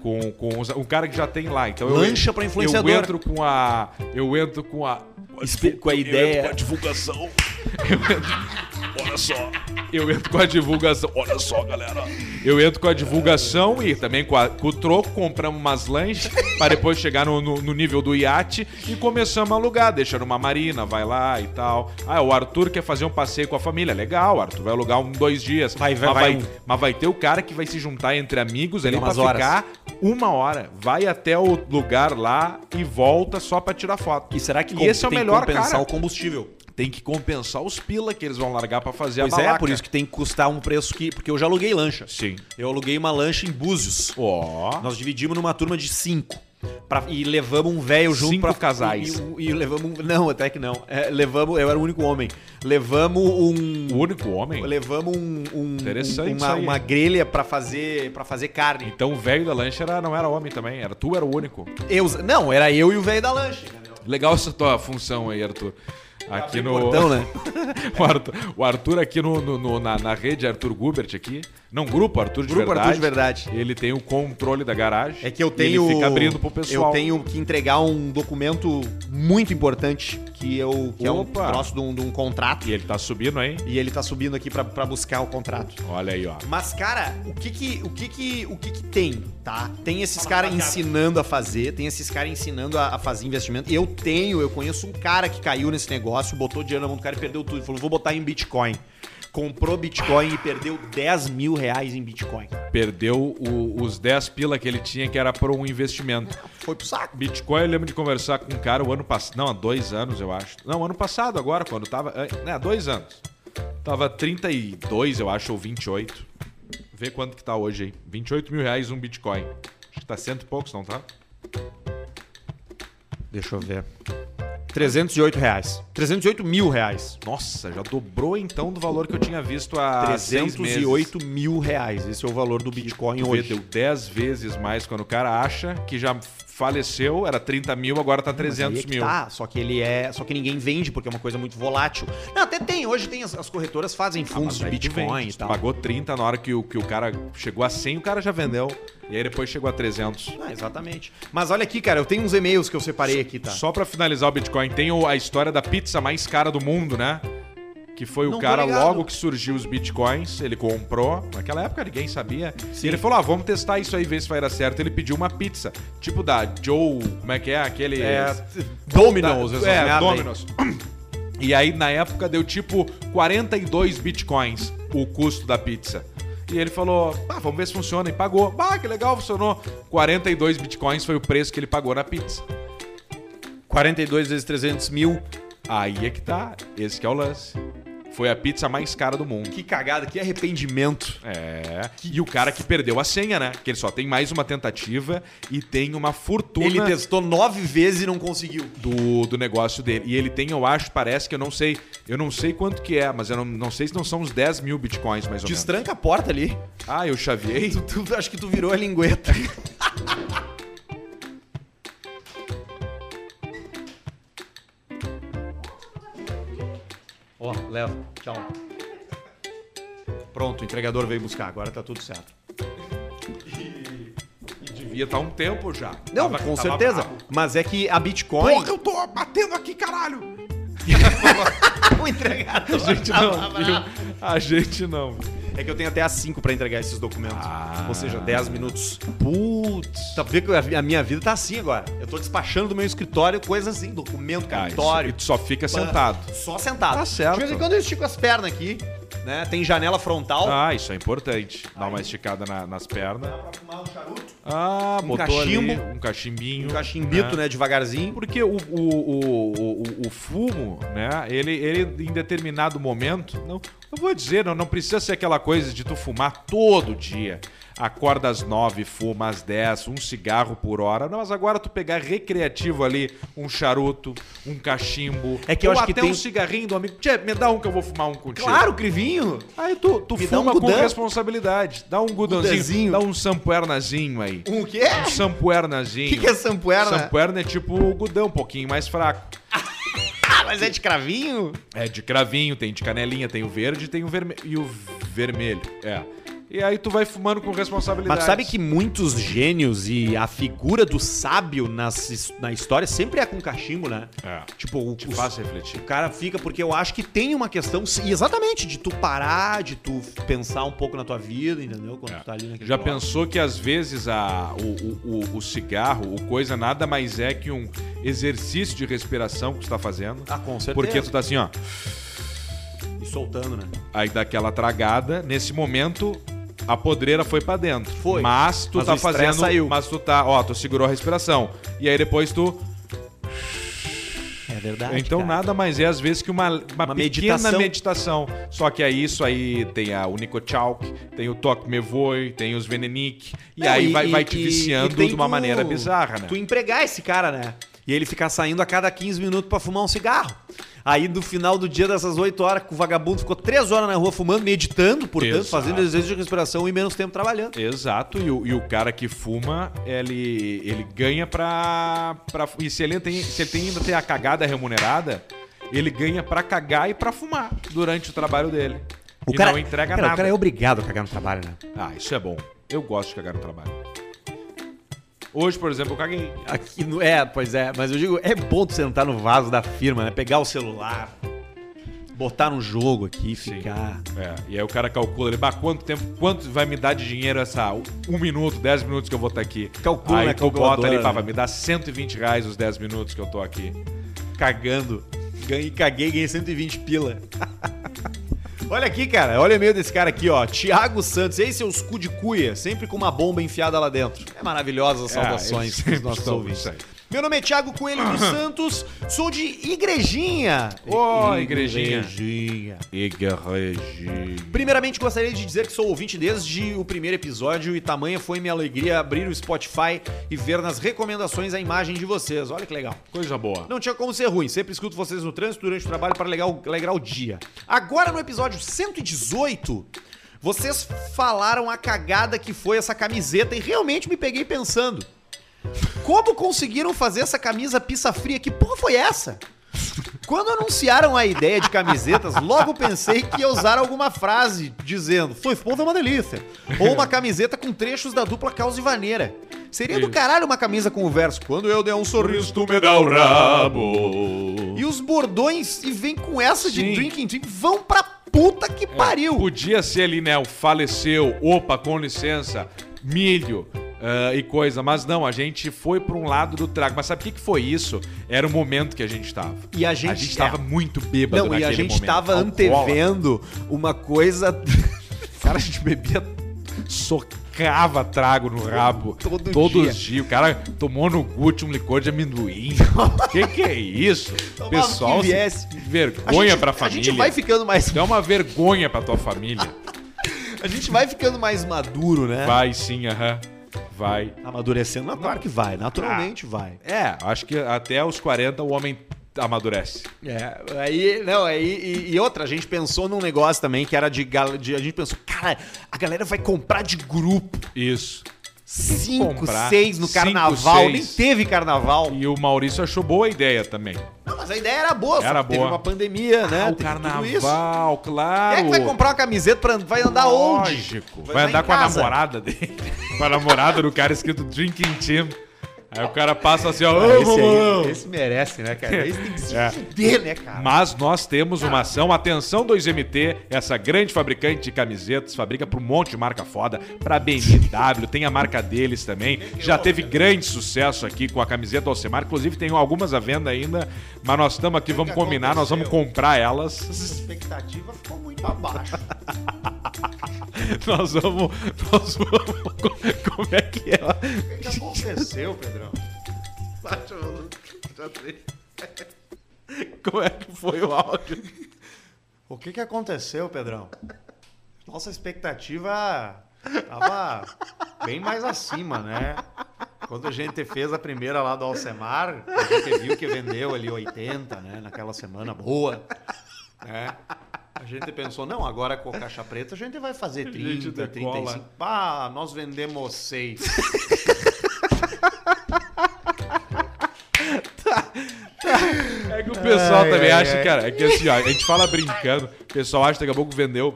Com, com os- um cara que já tem lá. Então eu- Lancha pra influenciador. Eu entro com a... Eu entro com a... com a Pra divulgação. Olha só, Eu entro com a divulgação. olha só, galera. Eu entro com a divulgação e também com, a- com o troco, compramos umas lanches para depois chegar no, no- no nível do iate e começamos a alugar, deixa numa marina, vai lá e tal. Ah, o Arthur quer fazer um passeio com a família. Legal, Arthur vai alugar um, dois dias. Vai- vai- mas, vai um. mas vai ter o cara que vai se juntar entre amigos ali Umas para horas. ficar uma hora. Vai até o lugar lá e volta só para tirar foto. E será que E com- esse é o tem que melhor, compensar cara. o combustível? Tem que compensar os pila que eles vão largar para fazer Pois a é, balaca. por isso que tem que custar um preço que... Porque eu já aluguei lancha. Sim. Eu aluguei uma lancha em Búzios. Ó. Nós dividimos numa turma de cinco. Pra- e levamos um velho junto Cinco pra- casais. E, um- e levamos um. Não, até que não. É, levamos. Eu era o único homem. Levamos um. O único homem. Levamos um. um- Interessante um- isso uma, aí. uma grelha pra fazer para fazer carne. Então o velho da lancha era, não era homem também, era tu era o único. Eu, não, era eu e o velho da lancha. entendeu? Legal essa tua função aí, Arthur. Aqui no. Portão, né? o, Arthur, o Arthur aqui no, no- no- na, na rede Arthur Gubert aqui. Não, grupo Arthur de Grupo verdade. Arthur de verdade. Ele tem o controle da garagem. É que eu e tenho. Ele fica abrindo pro pessoal. Eu tenho que entregar um documento muito importante que eu que é Opa. um troço de um, de um contrato. E ele tá subindo, hein? E ele tá subindo aqui pra- pra buscar o contrato. Olha aí, ó. Mas, cara, o que que, o que, que, o que, que tem, tá? Tem esses caras ensinando a fazer, tem esses caras ensinando a, a fazer investimento. Eu tenho, eu conheço um cara que caiu nesse negócio, botou dinheiro na mão do cara e perdeu tudo. Falou, vou botar em Bitcoin. Comprou Bitcoin e perdeu 10 mil reais em Bitcoin. Perdeu o- os 10 pila que ele tinha, que era para um investimento. Foi pro saco. Bitcoin, eu lembro de conversar com um cara o ano passado. Não, há dois anos, eu acho. Não, ano passado, agora, quando tava. é, Né, há dois anos. Tava 32, eu acho, ou 28. Vê quanto que tá hoje aí. 28 mil reais um Bitcoin. Acho que tá cento e poucos, não tá? Deixa eu ver. 308 reais. 308 mil reais. Nossa, já dobrou então do valor que eu tinha visto há 308 seis meses. 308 mil reais. Esse é o valor do Bitcoin Tu vê, hoje. deu 10 vezes mais quando o cara acha que já faleceu, era 30 mil, agora tá 300 Aí é que mil. Tá, só que ele é. Só que ninguém vende, porque é uma coisa muito volátil. Não, até tem. Hoje tem as, as corretoras fazem fundos Ah, Mas de aí tu Bitcoin vende, e tu tal. Pagou 30 na hora que o, que o cara chegou a 100, o cara já vendeu. E aí depois chegou a 300. Ah, exatamente. Mas olha aqui, cara, eu tenho uns e-mails que eu separei aqui, tá? Só pra finalizar o Bitcoin, tem o- a história da pizza mais cara do mundo, né? que foi Não o tô cara ligado. logo que surgiu os bitcoins, ele comprou, naquela época ninguém sabia. E ele falou: "Ah, vamos testar isso aí, ver se vai dar certo". Ele pediu uma pizza, tipo da Joe, como é que é? Aquele É, Dominoes, da, essas merda é, aí. Domino's. E aí, na época, deu tipo 42 bitcoins o custo da pizza. E ele falou, ah, vamos ver se funciona. E pagou. Ah, que legal, funcionou. 42 bitcoins foi o preço que ele pagou na pizza. 42 vezes 300 mil. Aí é que tá. Esse que é o lance. Foi a pizza mais cara do mundo. Que cagada, que arrependimento. É. E o cara que perdeu a senha, né? Que ele só tem mais uma tentativa e tem uma fortuna. Ele testou nove vezes e não conseguiu. do, do negócio dele. E ele tem, eu acho, parece que eu não sei. Eu não sei quanto que é, mas eu não, não sei se não são uns 10 mil bitcoins, mais ou menos. Destranca a porta ali. Ah, eu chaveei? Tu, tu- acho que tu virou a lingueta. Ó, leva. Tchau. Pronto, o entregador veio buscar. Agora tá tudo certo. Devia estar um tempo já. Não, Tava- com tava certeza. brabo. Mas é que a Bitcoin... Porra, eu tô batendo aqui, caralho! o entregador. A gente não viu. A gente não viu. É que eu tenho até às 5 pra entregar esses documentos. Ah. Ou seja, 10 minutos. Putz. Tá vendo que a a minha vida tá assim agora. Eu tô despachando do meu escritório coisas assim, documento, Cara, Ah, isso- cartório. e tu só fica sentado. Só sentado. Tá certo. De vez em quando eu estico as pernas aqui, né? Tem janela frontal. Ah, isso é importante. Dá uma esticada na- nas pernas. Pra fumar um charuto. Ah, botou cachimbo. ali um cachimbinho. Um cachimbito, né? Devagarzinho. Porque o, o, o, o, o- o fumo, né? Ele, ele em determinado momento. Não, eu vou dizer, não, não precisa ser aquela coisa de tu fumar todo dia. Acorda às nove, fuma às dez, um cigarro por hora. Não, mas agora tu pegar recreativo ali, um charuto, um cachimbo. É que eu ou acho que até tem- um cigarrinho do amigo. Tchê, me dá um que eu vou fumar um contigo. Claro, Crivinho. Aí tu, tu Me dá fuma um com gudan. responsabilidade. Dá um gudanzinho, Gudanzinho. dá um sampuernazinho aí. Um quê? Um O sampuernazinho. que, que é sampuerna? Sampuerna é tipo o Gudão, um pouquinho mais fraco. Ah, mas é de cravinho? É de cravinho, tem de canelinha, tem o verde tem o vermelho. E o vermelho, é. E aí tu vai fumando com responsabilidade. Mas tu sabe que muitos gênios e a figura do sábio nas, his- na história sempre é com cachimbo, né? É. Tipo, o, Te o- faz refletir. o cara fica porque eu acho que tem uma questão, sim, exatamente, de tu parar, de tu pensar um pouco na tua vida, entendeu? Quando tu tá ali naquele Já bloco. pensou que às vezes a, o, o, o, o cigarro, o coisa, nada mais é que um exercício de respiração que tu tá fazendo? Ah, com certeza. Porque tu tá assim, ó. E soltando, né? Aí dá aquela tragada. Nesse momento, a podreira foi pra dentro. Foi. Mas tu Mas tá o estresse fazendo. saiu. Mas tu tá, ó, tu segurou a respiração. E aí depois tu. É verdade. Então cara. nada mais é às vezes que uma, uma, pequena Uma meditação. meditação. Só que é isso aí, tem a Unicochalk, tem o Toque Me Voe, tem os Venenic. E Não, aí vai, vai e- te e- viciando e tem de uma tu- maneira bizarra, né? Tu empregar esse cara, né? E ele ficar saindo a cada 15 minutos pra fumar um cigarro. Aí no final do dia dessas 8 horas, que o vagabundo ficou 3 horas na rua fumando, meditando, portanto, Exato. fazendo exercício de respiração e menos tempo trabalhando. Exato, e o, e o cara que fuma, ele, ele ganha pra, pra. E se ele, tem, se ele tem, ainda tem a cagada remunerada, ele ganha pra cagar e pra fumar durante o trabalho dele. e não entrega cara, nada. O cara é obrigado a cagar no trabalho, né? Ah, isso é bom. Eu gosto de cagar no trabalho. Hoje, por exemplo, eu caguei. Aqui no- é, pois é, mas eu digo, é bom tu sentar no vaso da firma, né? Pegar o celular, botar no jogo aqui, ficar. É, e aí o cara calcula ali, "Bah, quanto tempo, quanto vai me dar de dinheiro essa um minuto, dez minutos que eu vou estar aqui. Calcula, aí né, tu bota ali, calculadora, "Bah, né?" vai me dar 120 reais os 10 minutos que eu tô aqui. cagando. Ganhei, caguei, ganhei 120 pila. olha aqui, cara. Olha o e-mail desse cara aqui, ó. Tiago Santos. Ei, seus cu de cuia. Sempre com uma bomba enfiada lá dentro. É maravilhosa as É, eles saudações sempre dos nossos são ouvintes. isso aí. Meu nome é Tiago Coelho dos Santos. Sou de Igrejinha. Ô, Igrejinha. Igrejinha. Igreja. Primeiramente, gostaria de dizer que sou ouvinte desde o primeiro episódio e tamanha foi minha alegria abrir o Spotify e ver nas recomendações a imagem de vocês. Olha que legal. Coisa boa. Não tinha como ser ruim. Sempre escuto vocês no trânsito durante o trabalho para legal- alegrar o dia. Agora no episódio 118, vocês falaram a cagada que foi essa camiseta e realmente me peguei pensando. Como conseguiram fazer essa camisa pizza fria? Que porra foi essa? Quando anunciaram a ideia de camisetas, logo pensei que ia usar alguma frase dizendo Floriponza é uma delícia. Ou uma camiseta com trechos da dupla Caos e Vaneira. Seria do caralho uma camisa com o verso Quando eu der um sorriso, Cristo me dá o rabo. E os bordões, e vem com essa de Sim. É. drinking team, vão pra puta que pariu. Podia ser ali, né? O faleceu, opa, com licença, milho. ah, e coisa, mas não, a gente foi pra um lado do trago. Mas sabe o que, que foi isso? Era o momento que a gente tava. E a gente- A gente tava é. muito bêbado Não, e a naquele gente momento. tava Alcoólatra. antevendo uma coisa. Cara, a gente bebia, socava trago no rabo. Todo todos dia. os dias. O cara tomou no Gucci um licor de amendoim. que que é isso? Tomava Pessoal, que se- viesse. que vergonha gente- pra família. A gente vai Ah, ficando mais. Dá uma vergonha pra tua família. A gente vai ficando mais maduro, né? Vai sim, aham. Vai. Amadurecendo, mas claro que vai, naturalmente vai. É, acho que até os 40 o homem amadurece. É, aí, não, aí, e, e outra, a gente pensou num negócio também que era de, gal- de. A gente pensou, cara, a galera vai comprar de grupo. Isso. Cinco, comprar. seis no Cinco, carnaval. seis. Nem teve carnaval. E o Maurício achou boa a ideia também. Não, mas a ideia era boa, Era que teve boa. uma pandemia, né? Ah, o Teve tudo carnaval, Quem claro. é que vai comprar uma camiseta pra vai andar onde? Lógico. Vai, andar em com a casa. namorada dele. com a namorada do cara escrito Drinking Team. Aí o cara passa assim, ó. Ah, "Ô, esse, mamão". aí, esse merece, né, cara? Esse tem que se É. fuder, né, cara? Mas nós temos uma ação. Atenção 2MT, essa grande fabricante de camisetas, fabrica para um monte de marca foda, para BMW, tem a marca deles também. Já teve grande sucesso aqui com a camiseta Alcemar, inclusive tem algumas à venda ainda, mas nós estamos aqui, vamos combinar, nós vamos comprar elas. expectativa ficou muito abaixo. Nós vamos, nós vamos como é que é? O que aconteceu, Pedrão? Como é que foi o áudio? O que, que aconteceu, Pedrão? Nossa expectativa tava bem mais acima, né? Quando a gente fez a primeira lá do Alcemar, a gente viu que vendeu ali 80, né? Naquela semana boa. Né? A gente pensou, não, agora com a caixa preta a gente vai fazer 30, decola. 35. Pá, "Ah, nós vendemos 6. É que o pessoal Ai, também ai, acha, ai. cara, é que assim, ó, a gente fala brincando, o pessoal acha que daqui a pouco vendeu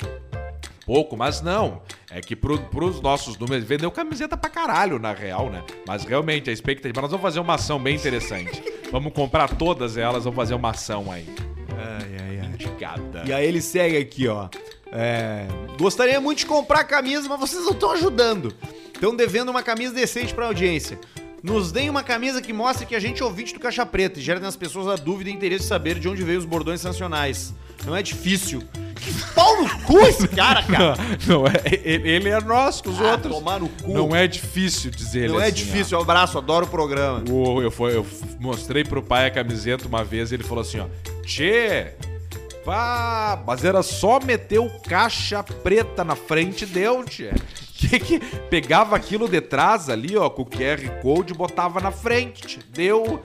pouco, mas não. É que pro, pros nossos números, vendeu camiseta pra caralho, na real, né? Mas realmente, a expectativa. Nós vamos fazer uma ação bem interessante. Vamos comprar todas elas, vamos fazer uma ação aí. Ai, ai, ai. Indicada. E aí ele segue aqui, ó. É, gostaria muito de comprar camisa, mas vocês não estão ajudando. Estão devendo uma camisa decente pra audiência. Nos deem uma camisa que mostre que a gente é ouvinte do Caixa Preta e gera nas pessoas a dúvida e interesse de saber de onde veio os bordões nacionais. Não é difícil. Que pau no cu esse cara, cara! Não, é, ele, ele é nós com os Ah, outros. tomar no cu. Não é difícil dizer ele Não é assim, ó. difícil, abraço, adoro o programa. O- eu, foi, eu f- mostrei pro pai a camiseta uma vez e ele falou assim, ó. Tchê! Pá, mas era só meter o caixa preta na frente e deu, tchê. Que que pegava aquilo de trás ali, ó, com o QR Code e botava na frente, tchê. Deu.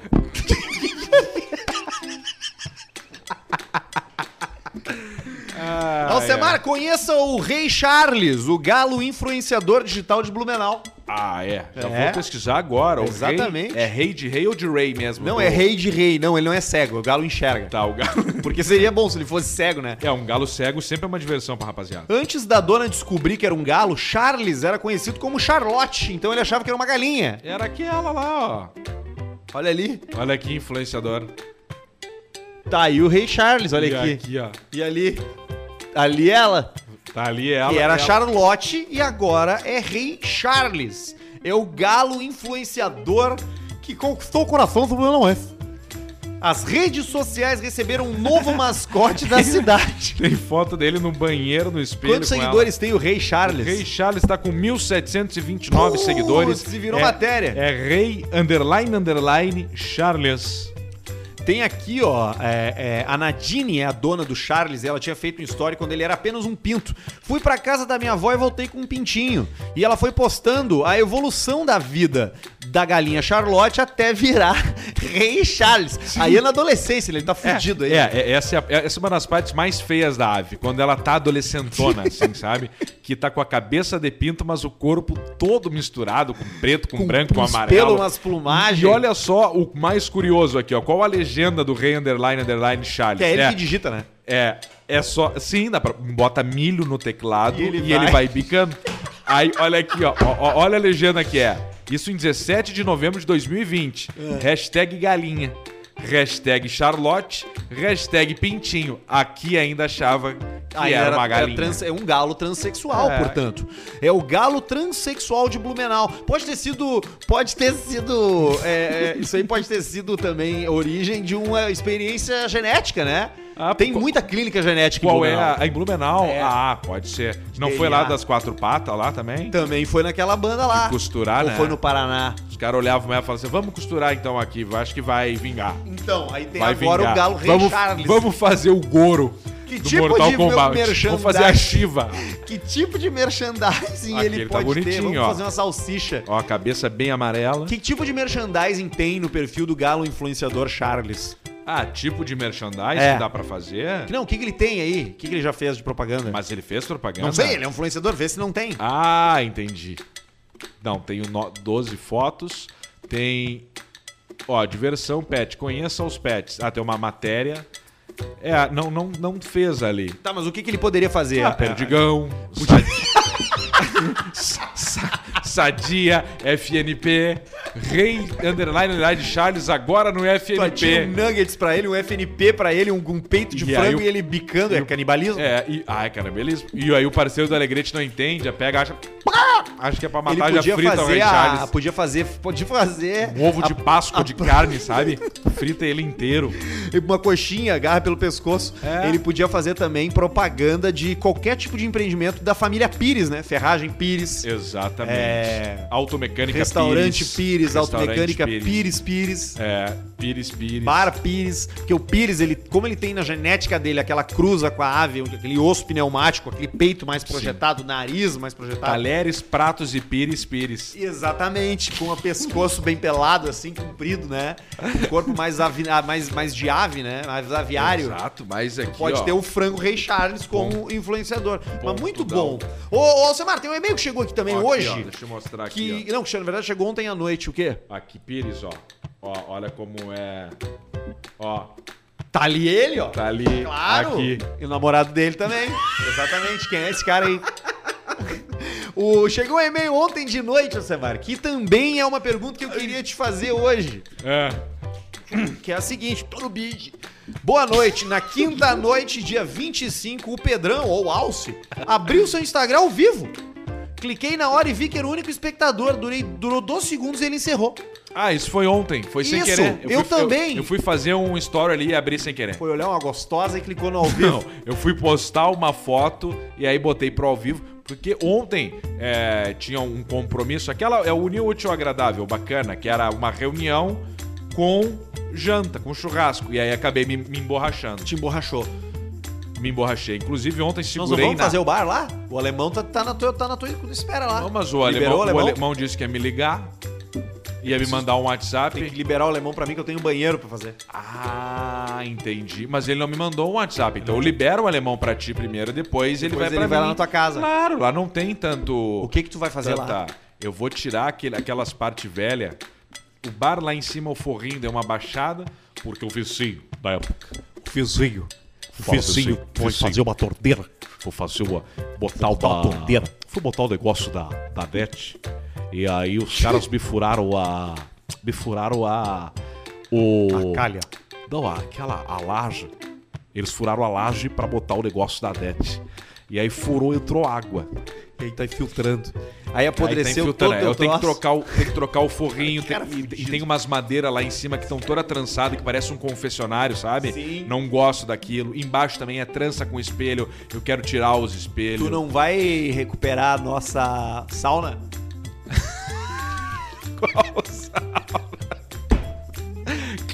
Ah, Alcemar, conheça o Rei Charles, o galo influenciador digital de Blumenau. Ah, é. Já É. vou pesquisar agora. O rei- Exatamente. é rei de rei ou de rei mesmo? Não, é Do- rei de rei, não, ele não é cego, o galo enxerga. Tá, o galo. Porque seria bom se ele fosse cego, né? É, um galo cego sempre é uma diversão pra rapaziada. Antes da dona descobrir que era um galo, Charles era conhecido como Charlotte, então ele achava que era uma galinha. Era aquela lá, ó. Olha ali. Olha que influenciador. Tá aí o rei Charles, olha E aqui. ó. E ali. Ali ela. Tá ali ela. que era ela. Charlotte e agora é rei Charles. É o galo influenciador que conquistou o coração do Blumenauense. As redes sociais receberam um novo mascote da cidade. Tem foto dele no banheiro, no espelho. Quantos com seguidores tem o rei ela. Charles? Rei Charles tá com 1.729 Putz, seguidores. se virou é, matéria. É rei, underline, underline, Charles. Tem aqui, ó, é, é, a Nadine é a dona do Charles, ela tinha feito um story quando ele era apenas um pinto. Fui pra casa da minha avó e voltei com um pintinho. E ela foi postando a evolução da vida da galinha Charlotte até virar rei Charles. Aí é na adolescência, ele tá fudido aí. É, é, essa, é a- essa é uma das partes mais feias da ave, quando ela tá adolescentona, assim, sabe? Que tá com a cabeça de pinto, mas o corpo todo misturado, com preto, com, branco, com uns amarelo. pelos, umas plumagens. E olha só o mais curioso aqui, ó. Qual a legenda do rei underline, underline Charles? Que é ele que digita, né? É, é só. Sim, dá pra. Bota milho no teclado E e ele ele, vai- vai... bicando. Aí, olha aqui, ó, ó, ó, Olha a É. legenda que é. Isso em 17 de novembro de 2020. Hashtag galinha. hashtag Charlotte, hashtag Pintinho. Aqui ainda achava que Aí era, uma é galinha. trans- É, um galo transexual, É. portanto. É o galo transexual de Blumenau. Pode ter sido. Pode ter sido. é, é, isso aí pode ter sido também origem de uma experiência genética, né? Ah, Tem qual- muita clínica genética Qual é Blumenau. a, a em Blumenau? É. Ah, pode ser. Não DNA. foi lá das quatro patas lá também? Também foi naquela banda lá. costurar, Então, Ou né? foi no Paraná. Os caras olhavam ela e falavam assim: vamos costurar então aqui, vai- acho que vai vingar. Então, aí tem Vai agora vingar. o galo Rei vamos, Charles. Vamos fazer o Goro Que do tipo Mortal de Kombat. merchandising? Vamos fazer a Shiva. Que tipo de merchandising Aqui, ele ele tá pode ter? Vamos bonitinho, ó. fazer uma salsicha. Ó, a cabeça bem amarela. Que tipo de merchandising tem no perfil do galo influenciador Charles? Ah, tipo de merchandising É. que dá pra fazer. Não, o que, que ele tem aí? O que, que ele já fez de propaganda? Mas ele fez propaganda? não sei, ele é um influenciador, vê se não tem. Ah, entendi. Não, tem o no- 12 fotos, tem. Ó, diversão pet, conheça os pets. Ah, tem uma matéria. É, não, não, não fez ali. Tá, mas o que, que ele poderia fazer? Ah, Perdigão, é, Sadia, Sa- Sadia, FNP, Rei Underline Underline Charles agora no Tu atira um FNP. nuggets pra ele, um FNP pra ele, um, um peito de E aí frango o- e ele bicando. É canibalismo? É, e. Ai, cara, beleza. E aí o parceiro do Alegrete não entende, é, pega, acha. pá! Acha que é pra Ele matar, já podia frita o Rei fazer, a, Charles. podia fazer. Podia fazer. Um ovo de a- Páscoa a- de carne, sabe? Frita ele inteiro. uma coxinha, agarra pelo pescoço. É. Ele podia fazer também propaganda de qualquer tipo de empreendimento da família Pires, né? Ferragem Pires, Exatamente. É. Automecânica restaurante Pires, Restaurante automecânica Pires Pires, Pires É, Pires Pires. bar Pires, porque o Pires, ele, como ele tem na genética dele aquela cruza com a ave, aquele osso pneumático, aquele peito mais projetado, nariz mais projetado. Talheres, pratos e Pires Pires. Exatamente, com o pescoço bem pelado, assim, comprido, né? O corpo mais, avi- ah, mais, mais de ave, né? Mais aviário. Exato, mas aqui, Pode ó, ter um o frango Rei Charles como influenciador. Mas Ponto muito da- bom. Ô, ô, Alcemar, tem um e-mail que chegou aqui também então. ó, aqui, hoje. ó, deixa eu mostrar aqui, que, não, que na verdade chegou ontem à noite. O quê? ó. Aqui, Pires, ó. Ó, olha como é. Ó, Tá ali ele, ó. tá ali, Claro. aqui. E o namorado dele também. Exatamente. Quem é esse cara aí? O, chegou um e-mail ontem de noite, Alcemar, que também é uma pergunta que eu queria te fazer hoje. É. que é a seguinte, tô no bid. Boa noite, na quinta noite, dia 25, o Pedrão, ou Alce, abriu seu Instagram ao vivo. Cliquei na hora e vi que era o único espectador, durei, durou dois segundos e ele encerrou. Ah, isso foi ontem, foi sem Isso, querer. eu fui- também. Eu, fui fazer um story ali e abri sem querer. Foi olhar uma gostosa e clicou no ao Não, vivo. eu fui postar uma foto e aí botei pro ao vivo, porque ontem é, tinha um compromisso, aquela é o Unir Útil ao Agradável, bacana, que era uma reunião com janta, com churrasco, e aí acabei me, me emborrachando. Te emborrachou. Me emborrachei. Inclusive, ontem segurei Nós não vamos na... fazer o bar lá? O alemão tá, tá na tua, tá na tua espera lá. Não, mas o alemão, Liberou o o alemão? alemão? disse que ia me ligar, ia me mandar um WhatsApp. Tem que liberar o alemão pra mim que eu tenho um banheiro pra fazer. Ah, entendi. Mas ele não me mandou um WhatsApp. Então eu libero o alemão pra ti primeiro, depois, ele vai Depois pra ele vai mim. lá na tua casa. Claro, lá não tem tanto... O que que tu vai fazer lá? Tá, eu vou tirar aquele- aquelas partes velhas. O bar lá em cima, o forrinho, deu uma baixada, porque o vizinho da época. Vizinho. Vizinho, foi vizinho. fazer uma torneira. Foi fazer uma. botar Botar uma uma. torneira. Fui botar o negócio da, da net. E aí os caras me furaram a. Me furaram a. O. A calha. Não, aquela. A laje. Eles furaram a laje pra botar o negócio da net. E aí furou, entrou água. E aí tá infiltrando. Aí Aí tá apodreceu infiltrando, todo é. o teu Eu tenho que, troço. trocar o, tenho que trocar o forrinho. tem- e, e tem umas madeiras lá em cima que estão toda trançada, que parece um confessionário, sabe? Sim. Não gosto daquilo. Embaixo também é trança com espelho. Eu quero tirar os espelhos. Tu não vai recuperar a nossa sauna?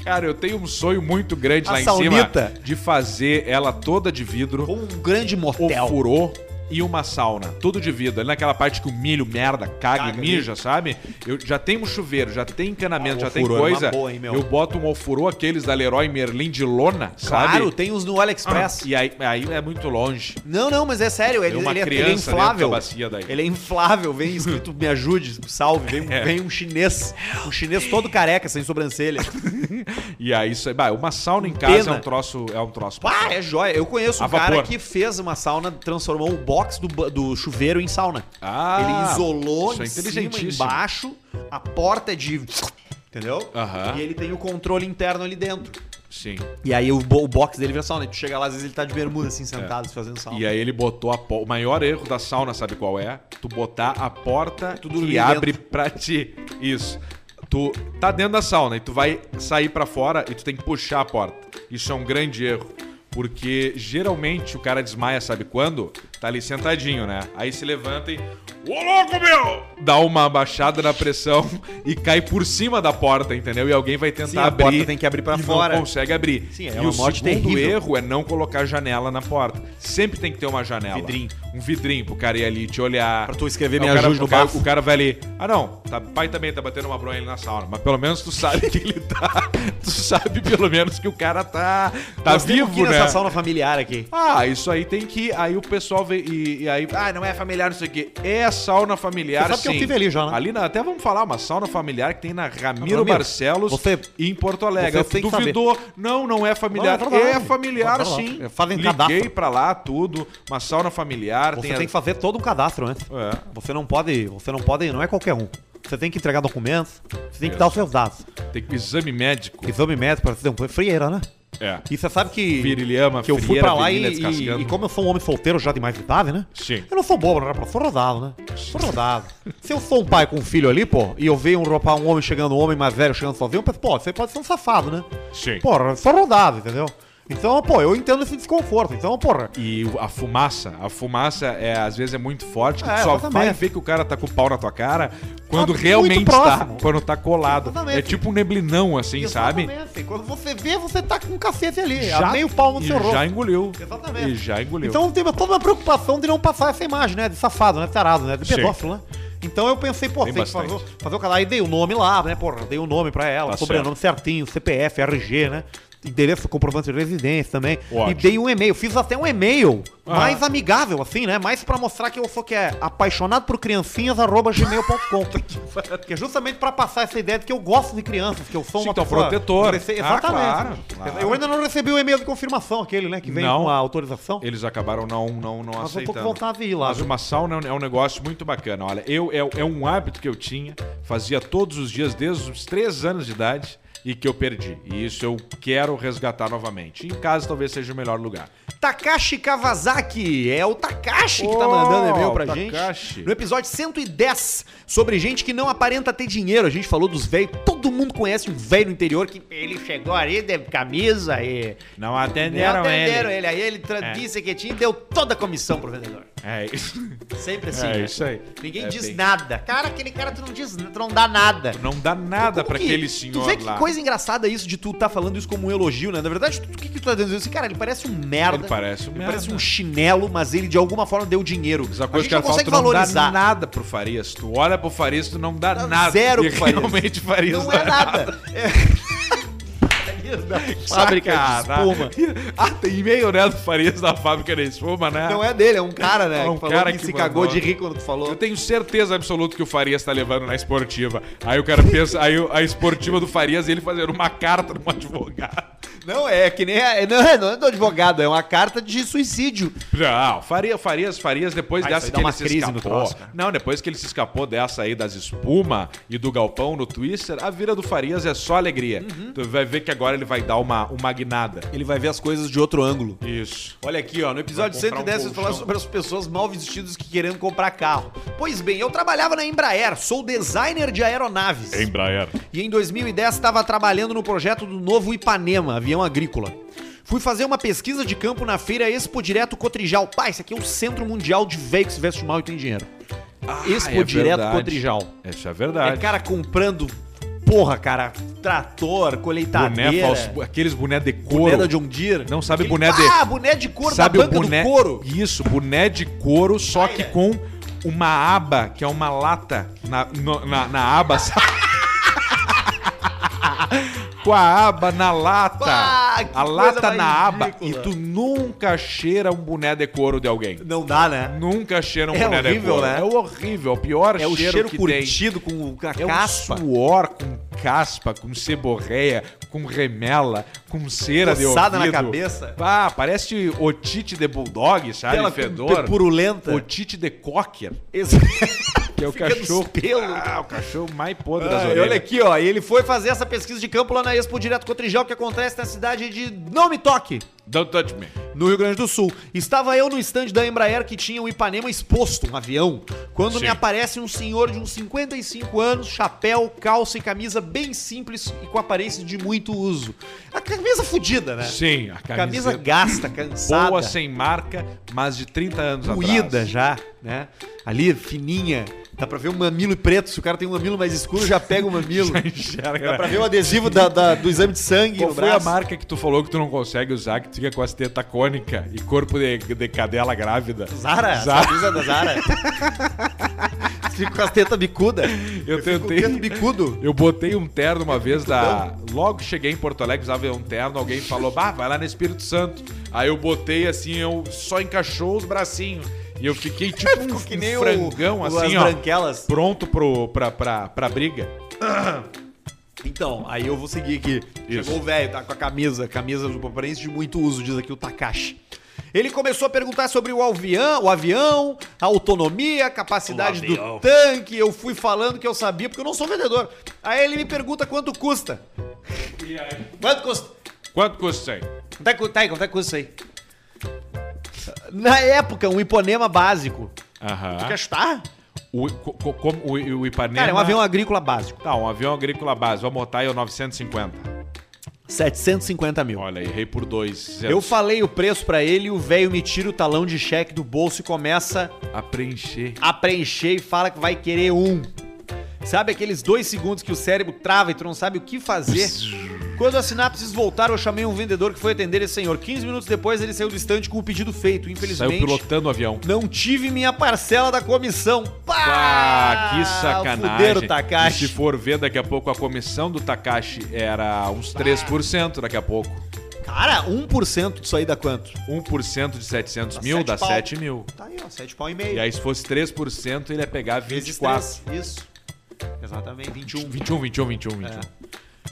Cara, eu tenho um sonho muito grande A lá em saunita. cima de fazer ela toda de vidro, Com um grande o motel. furô e uma sauna. Tudo de vidro. Ali naquela parte que o milho, merda, caga, e Caga, mija, sabe? Eu já tenho um chuveiro, já tem encanamento, Ah, já tem ofurô é uma coisa. boa, hein, meu? Eu boto um ofurô, aqueles da Leroy Merlin de lona, sabe? Ah, Claro, tem uns no AliExpress. E aí, aí é muito longe. Não, não, mas é sério, ele, uma ele é- ele é criança dentro inflável. da bacia daí. É. Ele é inflável, vem escrito me ajude, salve, vem, vem um chinês, um chinês todo careca, sem sobrancelha. E aí, isso aí, bah, uma sauna em casa Pena. é um troço, é um troço. Pá, é joia. Eu conheço um A cara vapor. que fez uma sauna, transformou o box do, ba- do chuveiro em sauna. Ah, ele isolou isso é em cima, inteligentíssimo. embaixo, a porta é de Entendeu? Aham. E ele tem o controle interno ali dentro. Sim. E aí o, bo- o box dele vira sauna. E tu chega lá, às vezes ele tá de bermuda, assim, sentado, fazendo sauna. É. E é, aí ele botou a porta. O maior erro da sauna, sabe qual é? Tu botar a porta Tu dormir que abre pra ti. Isso. Tu tá dentro da sauna e tu vai sair pra fora e tu tem que puxar a porta. Isso é um grande erro. Porque geralmente o cara desmaia, sabe quando? Tá ali sentadinho, né? Aí se levanta e. Ô louco, meu! Dá uma baixada na pressão e cai por cima da porta, entendeu? E alguém vai tentar Sim, a abrir. porta tem que abrir pra e fora. Não consegue abrir. Sim, é e uma o morte segundo terrível. erro erro é não colocar janela na porta. Sempre tem que ter uma janela. Vidrinho. Um vidrinho pro cara ir ali te olhar. Pra tu escrever, Aí me o cara, ajude no o cara, bafo. O cara vai ali. Ah, não. Tá, pai também tá batendo uma bronha ali na sauna. Mas pelo menos tu sabe que ele tá. Tu sabe pelo menos que o cara tá. Tá Nós temos que ir vivo, né? nessa sauna familiar aqui. Ah, isso aí tem que. Aí o pessoal vê. E, e aí. Ah, não é familiar, não sei o quê. É sauna familiar. Você sabe que sim. eu tive ali já, né? Ali na- até vamos falar, uma sauna familiar que tem na Ramiro, Ramiro, Barcelos você- em Porto Alegre. você tem que Duvidou. Não, não é familiar. Não, é verdade. é familiar, É verdade. sim. Fazem Liguei cadastro. pra lá, tudo. Uma sauna familiar. Você a- tem que fazer todo um cadastro, né? É. Você não pode, você não pode, não é qualquer um. Você tem que entregar documentos, você tem que dar os seus dados. Tem que- exame médico. Exame médico para ser um frieira, né? É. E você sabe que Virilhama, que eu fui frieira, pra lá e, virilha e, descascando. e como eu sou um homem solteiro já de mais idade, né? Sim. Eu não sou bobo, né, rapaz? Sou rodado, né? Sou rodado. Se eu sou um pai com um filho ali, pô, e eu vejo um rapaz, um homem chegando, um homem mais velho chegando sozinho, eu penso, pô, você pode ser um safado, né? Sim. Porra, sou rodado, entendeu? Então, pô, eu entendo esse desconforto. Então, porra, E o- a fumaça, a fumaça é, às vezes é muito forte, que É, tu só exatamente. vai ver que o cara tá com o pau na tua cara quando Tá realmente muito tá, próximo. quando tá colado. Exatamente. É tipo um neblinão assim, sabe? Exatamente. Quando você vê, você tá com um cacete ali. Já, meio pau no e seu rosto. Já engoliu. Exatamente. E já engoliu. Então tem toda uma preocupação de não passar essa imagem, né? De safado, né? De tarado, né? De Sim. pedófilo, né? Então eu pensei, pô, Tem tem que fazer, bastante. fazer o canal. Aí dei o nome lá, né? Porra, dei o nome pra ela, Tá sobrenome certinho, CPF, RG, né? Endereço, comprovante de residência também. Ótimo. E dei um e-mail. Fiz até um e-mail Ah. mais amigável, assim, né? Mais pra mostrar que eu sou que é apaixonado por criancinhas, arroba gmail.com. que é justamente pra passar essa ideia de que eu gosto de crianças, que eu sou Sim, uma que é um protetor. Rece- Ah, Exatamente. claro, claro. Eu ainda não recebi o e-mail de confirmação, aquele, né? Que vem Não. com a autorização. Eles acabaram não, não, não Mas eu tô aceitando. com vontade de ir lá. Mas viu? uma sauna é um- é um negócio muito bacana. Olha, eu é, é um hábito que eu tinha, fazia todos os dias desde os três anos de idade e que eu perdi. E isso eu quero resgatar novamente. Em casa talvez seja o melhor lugar. Takashi Kawasaki. É o Takashi que tá Oh, mandando e-mail pra Takashi. gente. No episódio 110, sobre gente que não aparenta ter dinheiro. A gente falou dos velhos. Todo mundo conhece um velho no interior que ele chegou ali de camisa e. Não é- Atenderam, atenderam, ele. Aí ele tra- disse que tinha e deu toda a comissão pro vendedor. É isso. Sempre assim. É né? isso aí. Ninguém É diz bem- nada. Cara, aquele cara tu não diz, tu não dá nada. Não dá nada Como pra que- aquele Tu senhor vê que lá. coisa engraçada isso de tu tá falando isso como um elogio, né? Na verdade, tu- o que que tu tá dizendo? Assim, cara, ele parece um merda. Ele parece um Ele merda. parece um chinelo, mas ele de alguma forma deu dinheiro. Mas a a coisa gente que não ela fala, consegue tu não dá valorizar. nada pro Farias. Tu olha pro Farias, tu não dá Não, nada. zero e pro Farias. realmente Farias Não é nada. É. Fábrica de espuma. Ah, tem e-mail, né, do Farias da fábrica de espuma, né? Não é dele, é um cara, né? É um que falou cara que, que se mandou. cagou de rir quando tu falou. Eu tenho certeza absoluta que o Farias tá levando na esportiva. Aí o cara pensa, aí a esportiva do Farias ele fazendo uma carta num advogado. Não, é que nem. é- não, é- não é do advogado, é uma carta de suicídio. Não, Farias, Farias, Farias depois Ah, isso dessa aí que dá uma ele se crise no escapou. troço, cara. não, depois que ele se escapou dessa aí das espuma e do galpão no Twister, a vida do Farias é só alegria. Uhum. Tu vai ver que agora ele vai dar uma, uma guinada. Ele vai ver as coisas de outro ângulo. Isso. Olha aqui, ó, no episódio Vai comprar um 110 vocês falaram colchão. sobre as pessoas mal vestidas que querendo comprar carro. Pois bem, eu trabalhava na Embraer, sou designer de aeronaves. Embraer. E em 2010 estava trabalhando no projeto do novo Ipanema, avião agrícola. Fui fazer uma pesquisa de campo na feira Expo Direto Cotrijal. Pá, isso aqui é o centro mundial de velho que se veste mal e tem dinheiro. Expo é Direto verdade. Cotrijal. Isso é É verdade. cara comprando, porra, cara, trator, Boné colheitadeira. falso- aqueles boné de couro. Boné da John Deere. Não sabe Aquele- boné de- Ah, boné de couro Sabe da o banca boné? do couro. Isso, boné de couro, só que Olha. com uma aba, que é uma lata na, no- na, na aba, sabe? com a aba na lata. Bah, que a lata coisa na mais aba. E ridícula. tu nunca cheira um boné de couro de alguém. Não dá, né? Nunca cheira um É boné de horrível, couro. né? É horrível, é o pior É o cheiro, que tem. curtido com a É caspa. um suor com caspa, com ceborreia, com remela, com cera Coçada na de ouvido. cabeça. Pá, parece otite de bulldog, sabe? Aquela Fedor. purulenta. Otite de cocker. Ex- Que que é o Fica nos cachorro. pelos. Ah, o cachorro mais podre das Ah, e orelhas. olha aqui, ó. Ele foi fazer essa pesquisa de campo lá na Expo Direto Cotrijal, que acontece na cidade de Não Me Toque, Don't touch me. no Rio Grande do Sul. Estava eu no estande da Embraer que tinha o Ipanema exposto, um avião, quando me aparece um senhor de uns 55 anos, chapéu, calça e camisa bem simples e com aparência de muito uso. A camisa fudida, né? Sim, a Camisa, camisa gasta, cansada, boa, sem marca, mas de 30 anos moída atrás. já, né? Ali, fininha. Dá pra ver um mamilo preto. Se o cara tem um mamilo mais escuro, já pega o mamilo. Dá pra ver o adesivo da- da- do exame de sangue Qual no foi a braço. marca que tu falou que tu não consegue usar, que tu fica com as tetas cônicas e corpo de, de cadela grávida? Zara, Zara. camisa da Zara. Fica com as tetas bicudas. Eu tentei- Fico com o teto bicudo. Eu botei um terno uma vez da. Logo que cheguei em Porto Alegre, usava um terno, alguém falou, bah, vai lá no Espírito Santo. Aí eu botei assim, eu só encaixou os bracinhos. E eu fiquei tipo um, Que nem um frangão, o, assim, as ó. branquelas. Pronto pro, pra, pra, pra briga. Então, aí eu vou seguir aqui. Isso. Chegou o velho, tá com a camisa, camisa do aparência de muito uso, diz aqui o Takashi. Ele começou a perguntar sobre o avião, o avião, a autonomia, a capacidade O do avião. tanque. Eu fui falando que eu sabia, porque eu não sou vendedor. Aí ele me pergunta quanto custa. Quanto custa? Quanto custa isso aí? Quanto é, cu- tá aí, quanto é que custa isso aí? Na época, um Iponema básico. Aham. chutar? O, co- co- como o, o Ipanema. Cara, é um avião agrícola básico. Tá, um avião agrícola base. Vamos botar aí o 950. 750 mil. Olha, errei por dois. Eu falei o preço pra ele, o velho me tira o talão de cheque do bolso e começa A preencher. a preencher e fala que vai querer um. Sabe aqueles dois segundos que o cérebro trava e tu não sabe o que fazer? Quando as sinapses voltaram, eu chamei um vendedor que foi atender esse senhor. 15 minutos depois, ele saiu do estande com o pedido feito. Saiu Infelizmente, pilotando o avião. não tive minha parcela da comissão. Ah, Pá! que sacanagem. Fuderam o Takashi. E se for ver, daqui a pouco a comissão do Takashi era uns 3% daqui a pouco. Cara, 1% disso aí dá quanto? 1% de 700 mil sete dá pau. 7 mil. Tá aí, ó, 7 pau e E meio. aí se fosse 3%, ele ia pegar 24. Vezes três. Isso. Exatamente, 21. 21, 21, 21, 21. É.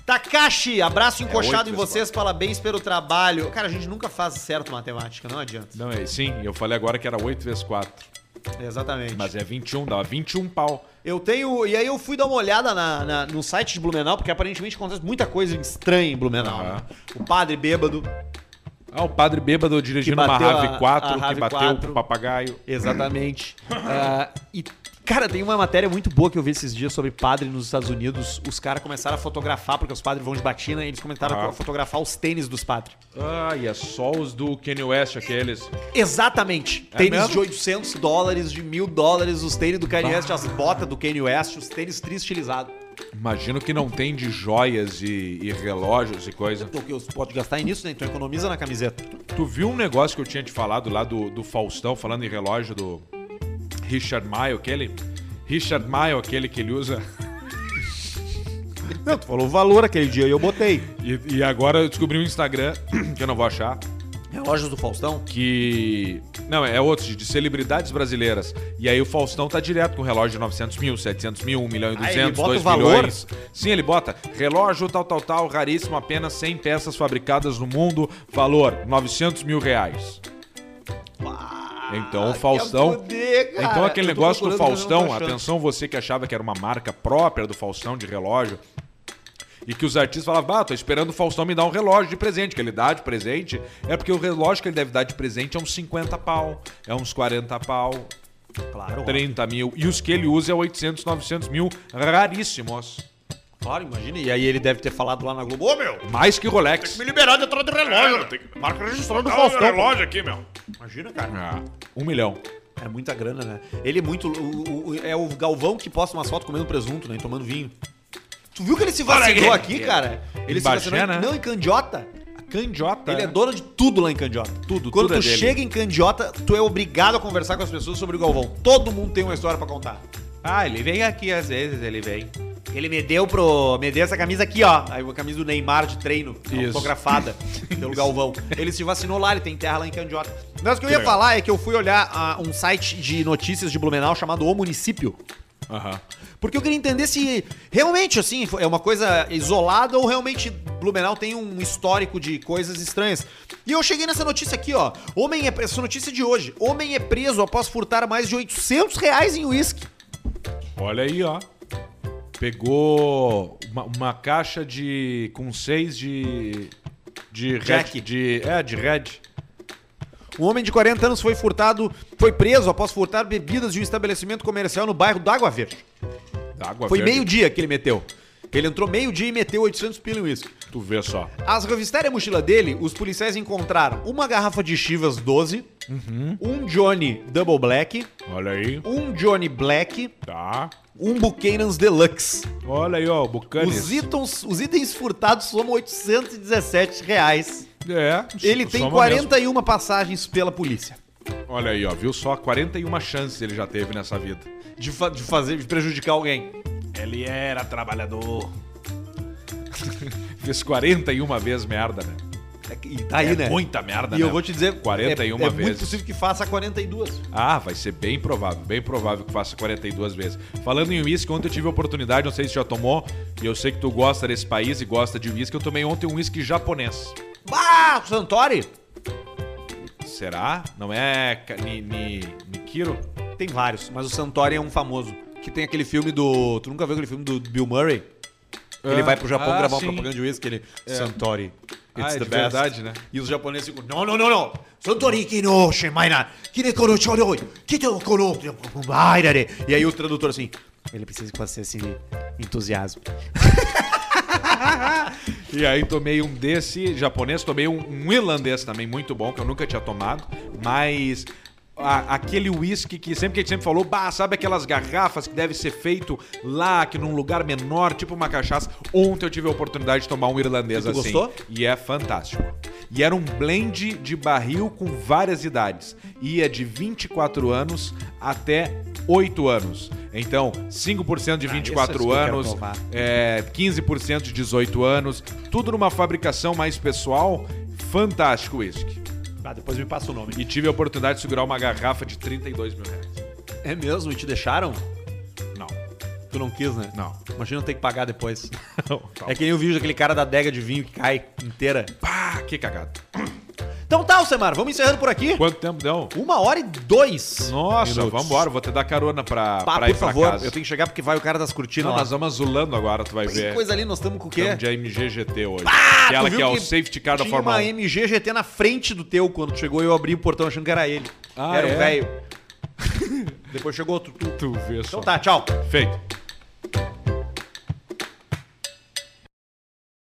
Takashi, abraço encoxado É oito em vezes vocês, parabéns pelo trabalho. Cara, a gente nunca faz certo matemática, não adianta. Não, é, sim, eu falei agora que era 8 vezes 4. Exatamente. Mas é 21, dava 21 pau. Eu tenho. E aí eu fui dar uma olhada na- na- no site de Blumenau, porque aparentemente acontece muita coisa estranha em Blumenau. Aham. né? O padre bêbado. Ah, o padre bêbado dirigindo Que uma bateu a- Rave 4, a que Rave bateu 4. o papagaio. Exatamente. Ah, e, cara, tem uma matéria muito boa que eu vi esses dias sobre padre nos Estados Unidos. Os caras começaram a fotografar, porque os padres vão de batina, e eles começaram Aham. a fotografar os tênis dos padres. Ah, e é só os do Kanye West, aqueles. Exatamente. É tênis mesmo? de 800 dólares, de 1000 dólares, os tênis do Kanye West, as botas do Kanye West, os tênis tristilizados. Imagino que não tem de joias e- e relógios e coisa. Então, o que você pode gastar é nisso, né? Então economiza na camiseta. Tu viu um negócio que eu tinha te falado lá do, do Faustão, falando em relógio do Richard Maio, aquele? Richard Maio, aquele que ele usa. Não, tu falou o valor aquele dia e eu botei. E, e agora eu descobri um Instagram, que eu não vou achar, Relógios do Faustão? que. Não, é outro, de celebridades brasileiras. E aí o Faustão tá direto com relógio de 900 mil, 700 mil, 1 milhão e Ah, ele 200, bota 2 o valor? milhões. Sim, ele bota relógio tal, tal, tal, raríssimo, apenas 100 peças fabricadas no mundo, valor 900 mil reais. Então o Faustão. Então aquele negócio do Faustão, atenção você que achava que era uma marca própria do Faustão de relógio e que os artistas falavam, ah, tô esperando o Faustão me dar um relógio de presente, que ele dá de presente, é porque o relógio que ele deve dar de presente é uns 50 pau, é uns 40 pau, Claro, 30 mil, e os que ele usa é 800, 900 mil, raríssimos, claro, imagina. E aí ele deve ter falado lá na Globo, ô meu, mais que Rolex. É, Me liberar de atrás do relógio. tem que Marca registrada do botar o Faustão. relógio aqui, meu. imagina, cara. Ah, um milhão. É muita grana, né? Ele é muito. o- o- o- é o Galvão que posta umas fotos comendo presunto, né? E tomando vinho. Tu viu que ele se vacilou Olha aqui, cara? Ele Em Bagé, se vacilou. em- né? Não, em Candiota. Candiota. Ele é dono de tudo lá em Candiota. Tudo, Quando tudo é tu dele. chega em Candiota, tu é obrigado a conversar com as pessoas sobre o Galvão. Todo mundo tem uma história pra contar. Ah, ele vem aqui às vezes, ele vem. Ele me deu pro. Me deu essa camisa aqui, ó. Aí a camisa do Neymar de treino, Isso. autografada pelo Galvão. Ele se vacinou lá, ele tem terra lá em Candiota. Mas o que eu ia falar é que eu fui olhar ah, um site de notícias de Blumenau chamado O Município. Aham. Porque eu queria entender se realmente, assim, é uma coisa isolada ou realmente Blumenau tem um histórico de coisas estranhas. E eu cheguei nessa notícia aqui, ó. Homem é preso, essa notícia de hoje. Homem é preso após furtar mais de 800 reais em uísque. Olha aí, ó. Pegou uma, uma caixa de. com seis de. De Jack. red. De, é, de red. Um homem de 40 anos foi furtado, foi preso após furtar bebidas de um estabelecimento comercial no bairro do Água Verde. Da água Foi verde. meio-dia que ele meteu. Ele entrou meio-dia e meteu 800 pila em uísque. Tu vê só. As revistarem a mochila dele, os policiais encontraram uma garrafa de Chivas 12, um Johnny Double Black, Olha aí. um Johnny Black, Tá. um Buchanan's Deluxe. Olha aí, ó, o Os Bucanes. itens, os itens furtados somam 817 reais. É. Ele so- tem soma 41 passagens pela polícia. mesmo. Olha aí, ó, viu só? 41 chances ele já teve nessa vida. De, fa- de fazer, de prejudicar alguém. Ele era trabalhador. Fez 41 vezes merda, né? E tá aí, né? Muita merda, E né? eu vou te dizer, 41 é, é muito vezes. possível que faça 42. Ah, vai ser bem provável, bem provável que faça 42 vezes. Falando em uísque, ontem eu tive a oportunidade, não sei se já tomou, e eu sei que tu gosta desse país e gosta de uísque, eu tomei ontem um uísque japonês. Ah, Santori? Será? Não é Ka- ni, ni, Nikiro? Tem vários, mas o Santori é um famoso. Que tem aquele filme do. Tu nunca viu aquele filme do Bill Murray? ele Ah, vai pro Japão ah, gravar sim. É. uma propaganda de uísque, ele. Santori. Ah, é de verdade, né? E os japoneses ficam. Não, não, não, não. Santori kino shemaina. Kirekoro choroi. Kitokoro. bairare." E aí o tradutor assim. Ele precisa que você esse entusiasmo. E aí tomei um desse japonês, tomei um, um irlandês também, muito bom, que eu nunca tinha tomado, mas a- aquele uísque que sempre que a gente sempre falou, bah, sabe aquelas garrafas que deve ser feito lá, que num lugar menor, tipo uma cachaça. Ontem eu tive a oportunidade de tomar um irlandês E tu assim. gostou? E é fantástico. E era um blend de barril com várias idades. Ia de 24 anos até 8 anos. Então, 5% de 24 que Ah, eu quero anos, tomar. é, 15% de 18 anos, tudo numa fabricação mais pessoal. Fantástico uísque. Ah, depois me passa o nome. E tive a oportunidade de segurar uma garrafa de 32 mil reais. É mesmo? E te deixaram? Não, Tu não quis, né? não. Imagina ter que pagar depois. é que nem o vídeo daquele cara da adega de vinho que cai inteira. Pá, que cagada. Então tá, Alcemar, vamos encerrando por aqui. Quanto tempo deu? Uma hora e dois. Nossa, minutos. vambora, vou te dar carona pra, Pá, pra por ir pra favor, casa. eu tenho que chegar porque vai o cara das Não, é. cortinas nós lá. vamos azulando agora, tu vai Que ver. um coisa ali, nós estamos com o quê? Estamos de MGGT hoje. Ah, Aquela tu que, viu é o safety car da tinha Fórmula uma 1. MGGT na frente do teu quando chegou eu abri o portão achando que era ele. Ah, era o é? velho. Depois chegou outro. tu. Tu vê só. Então tá, tchau. Feito.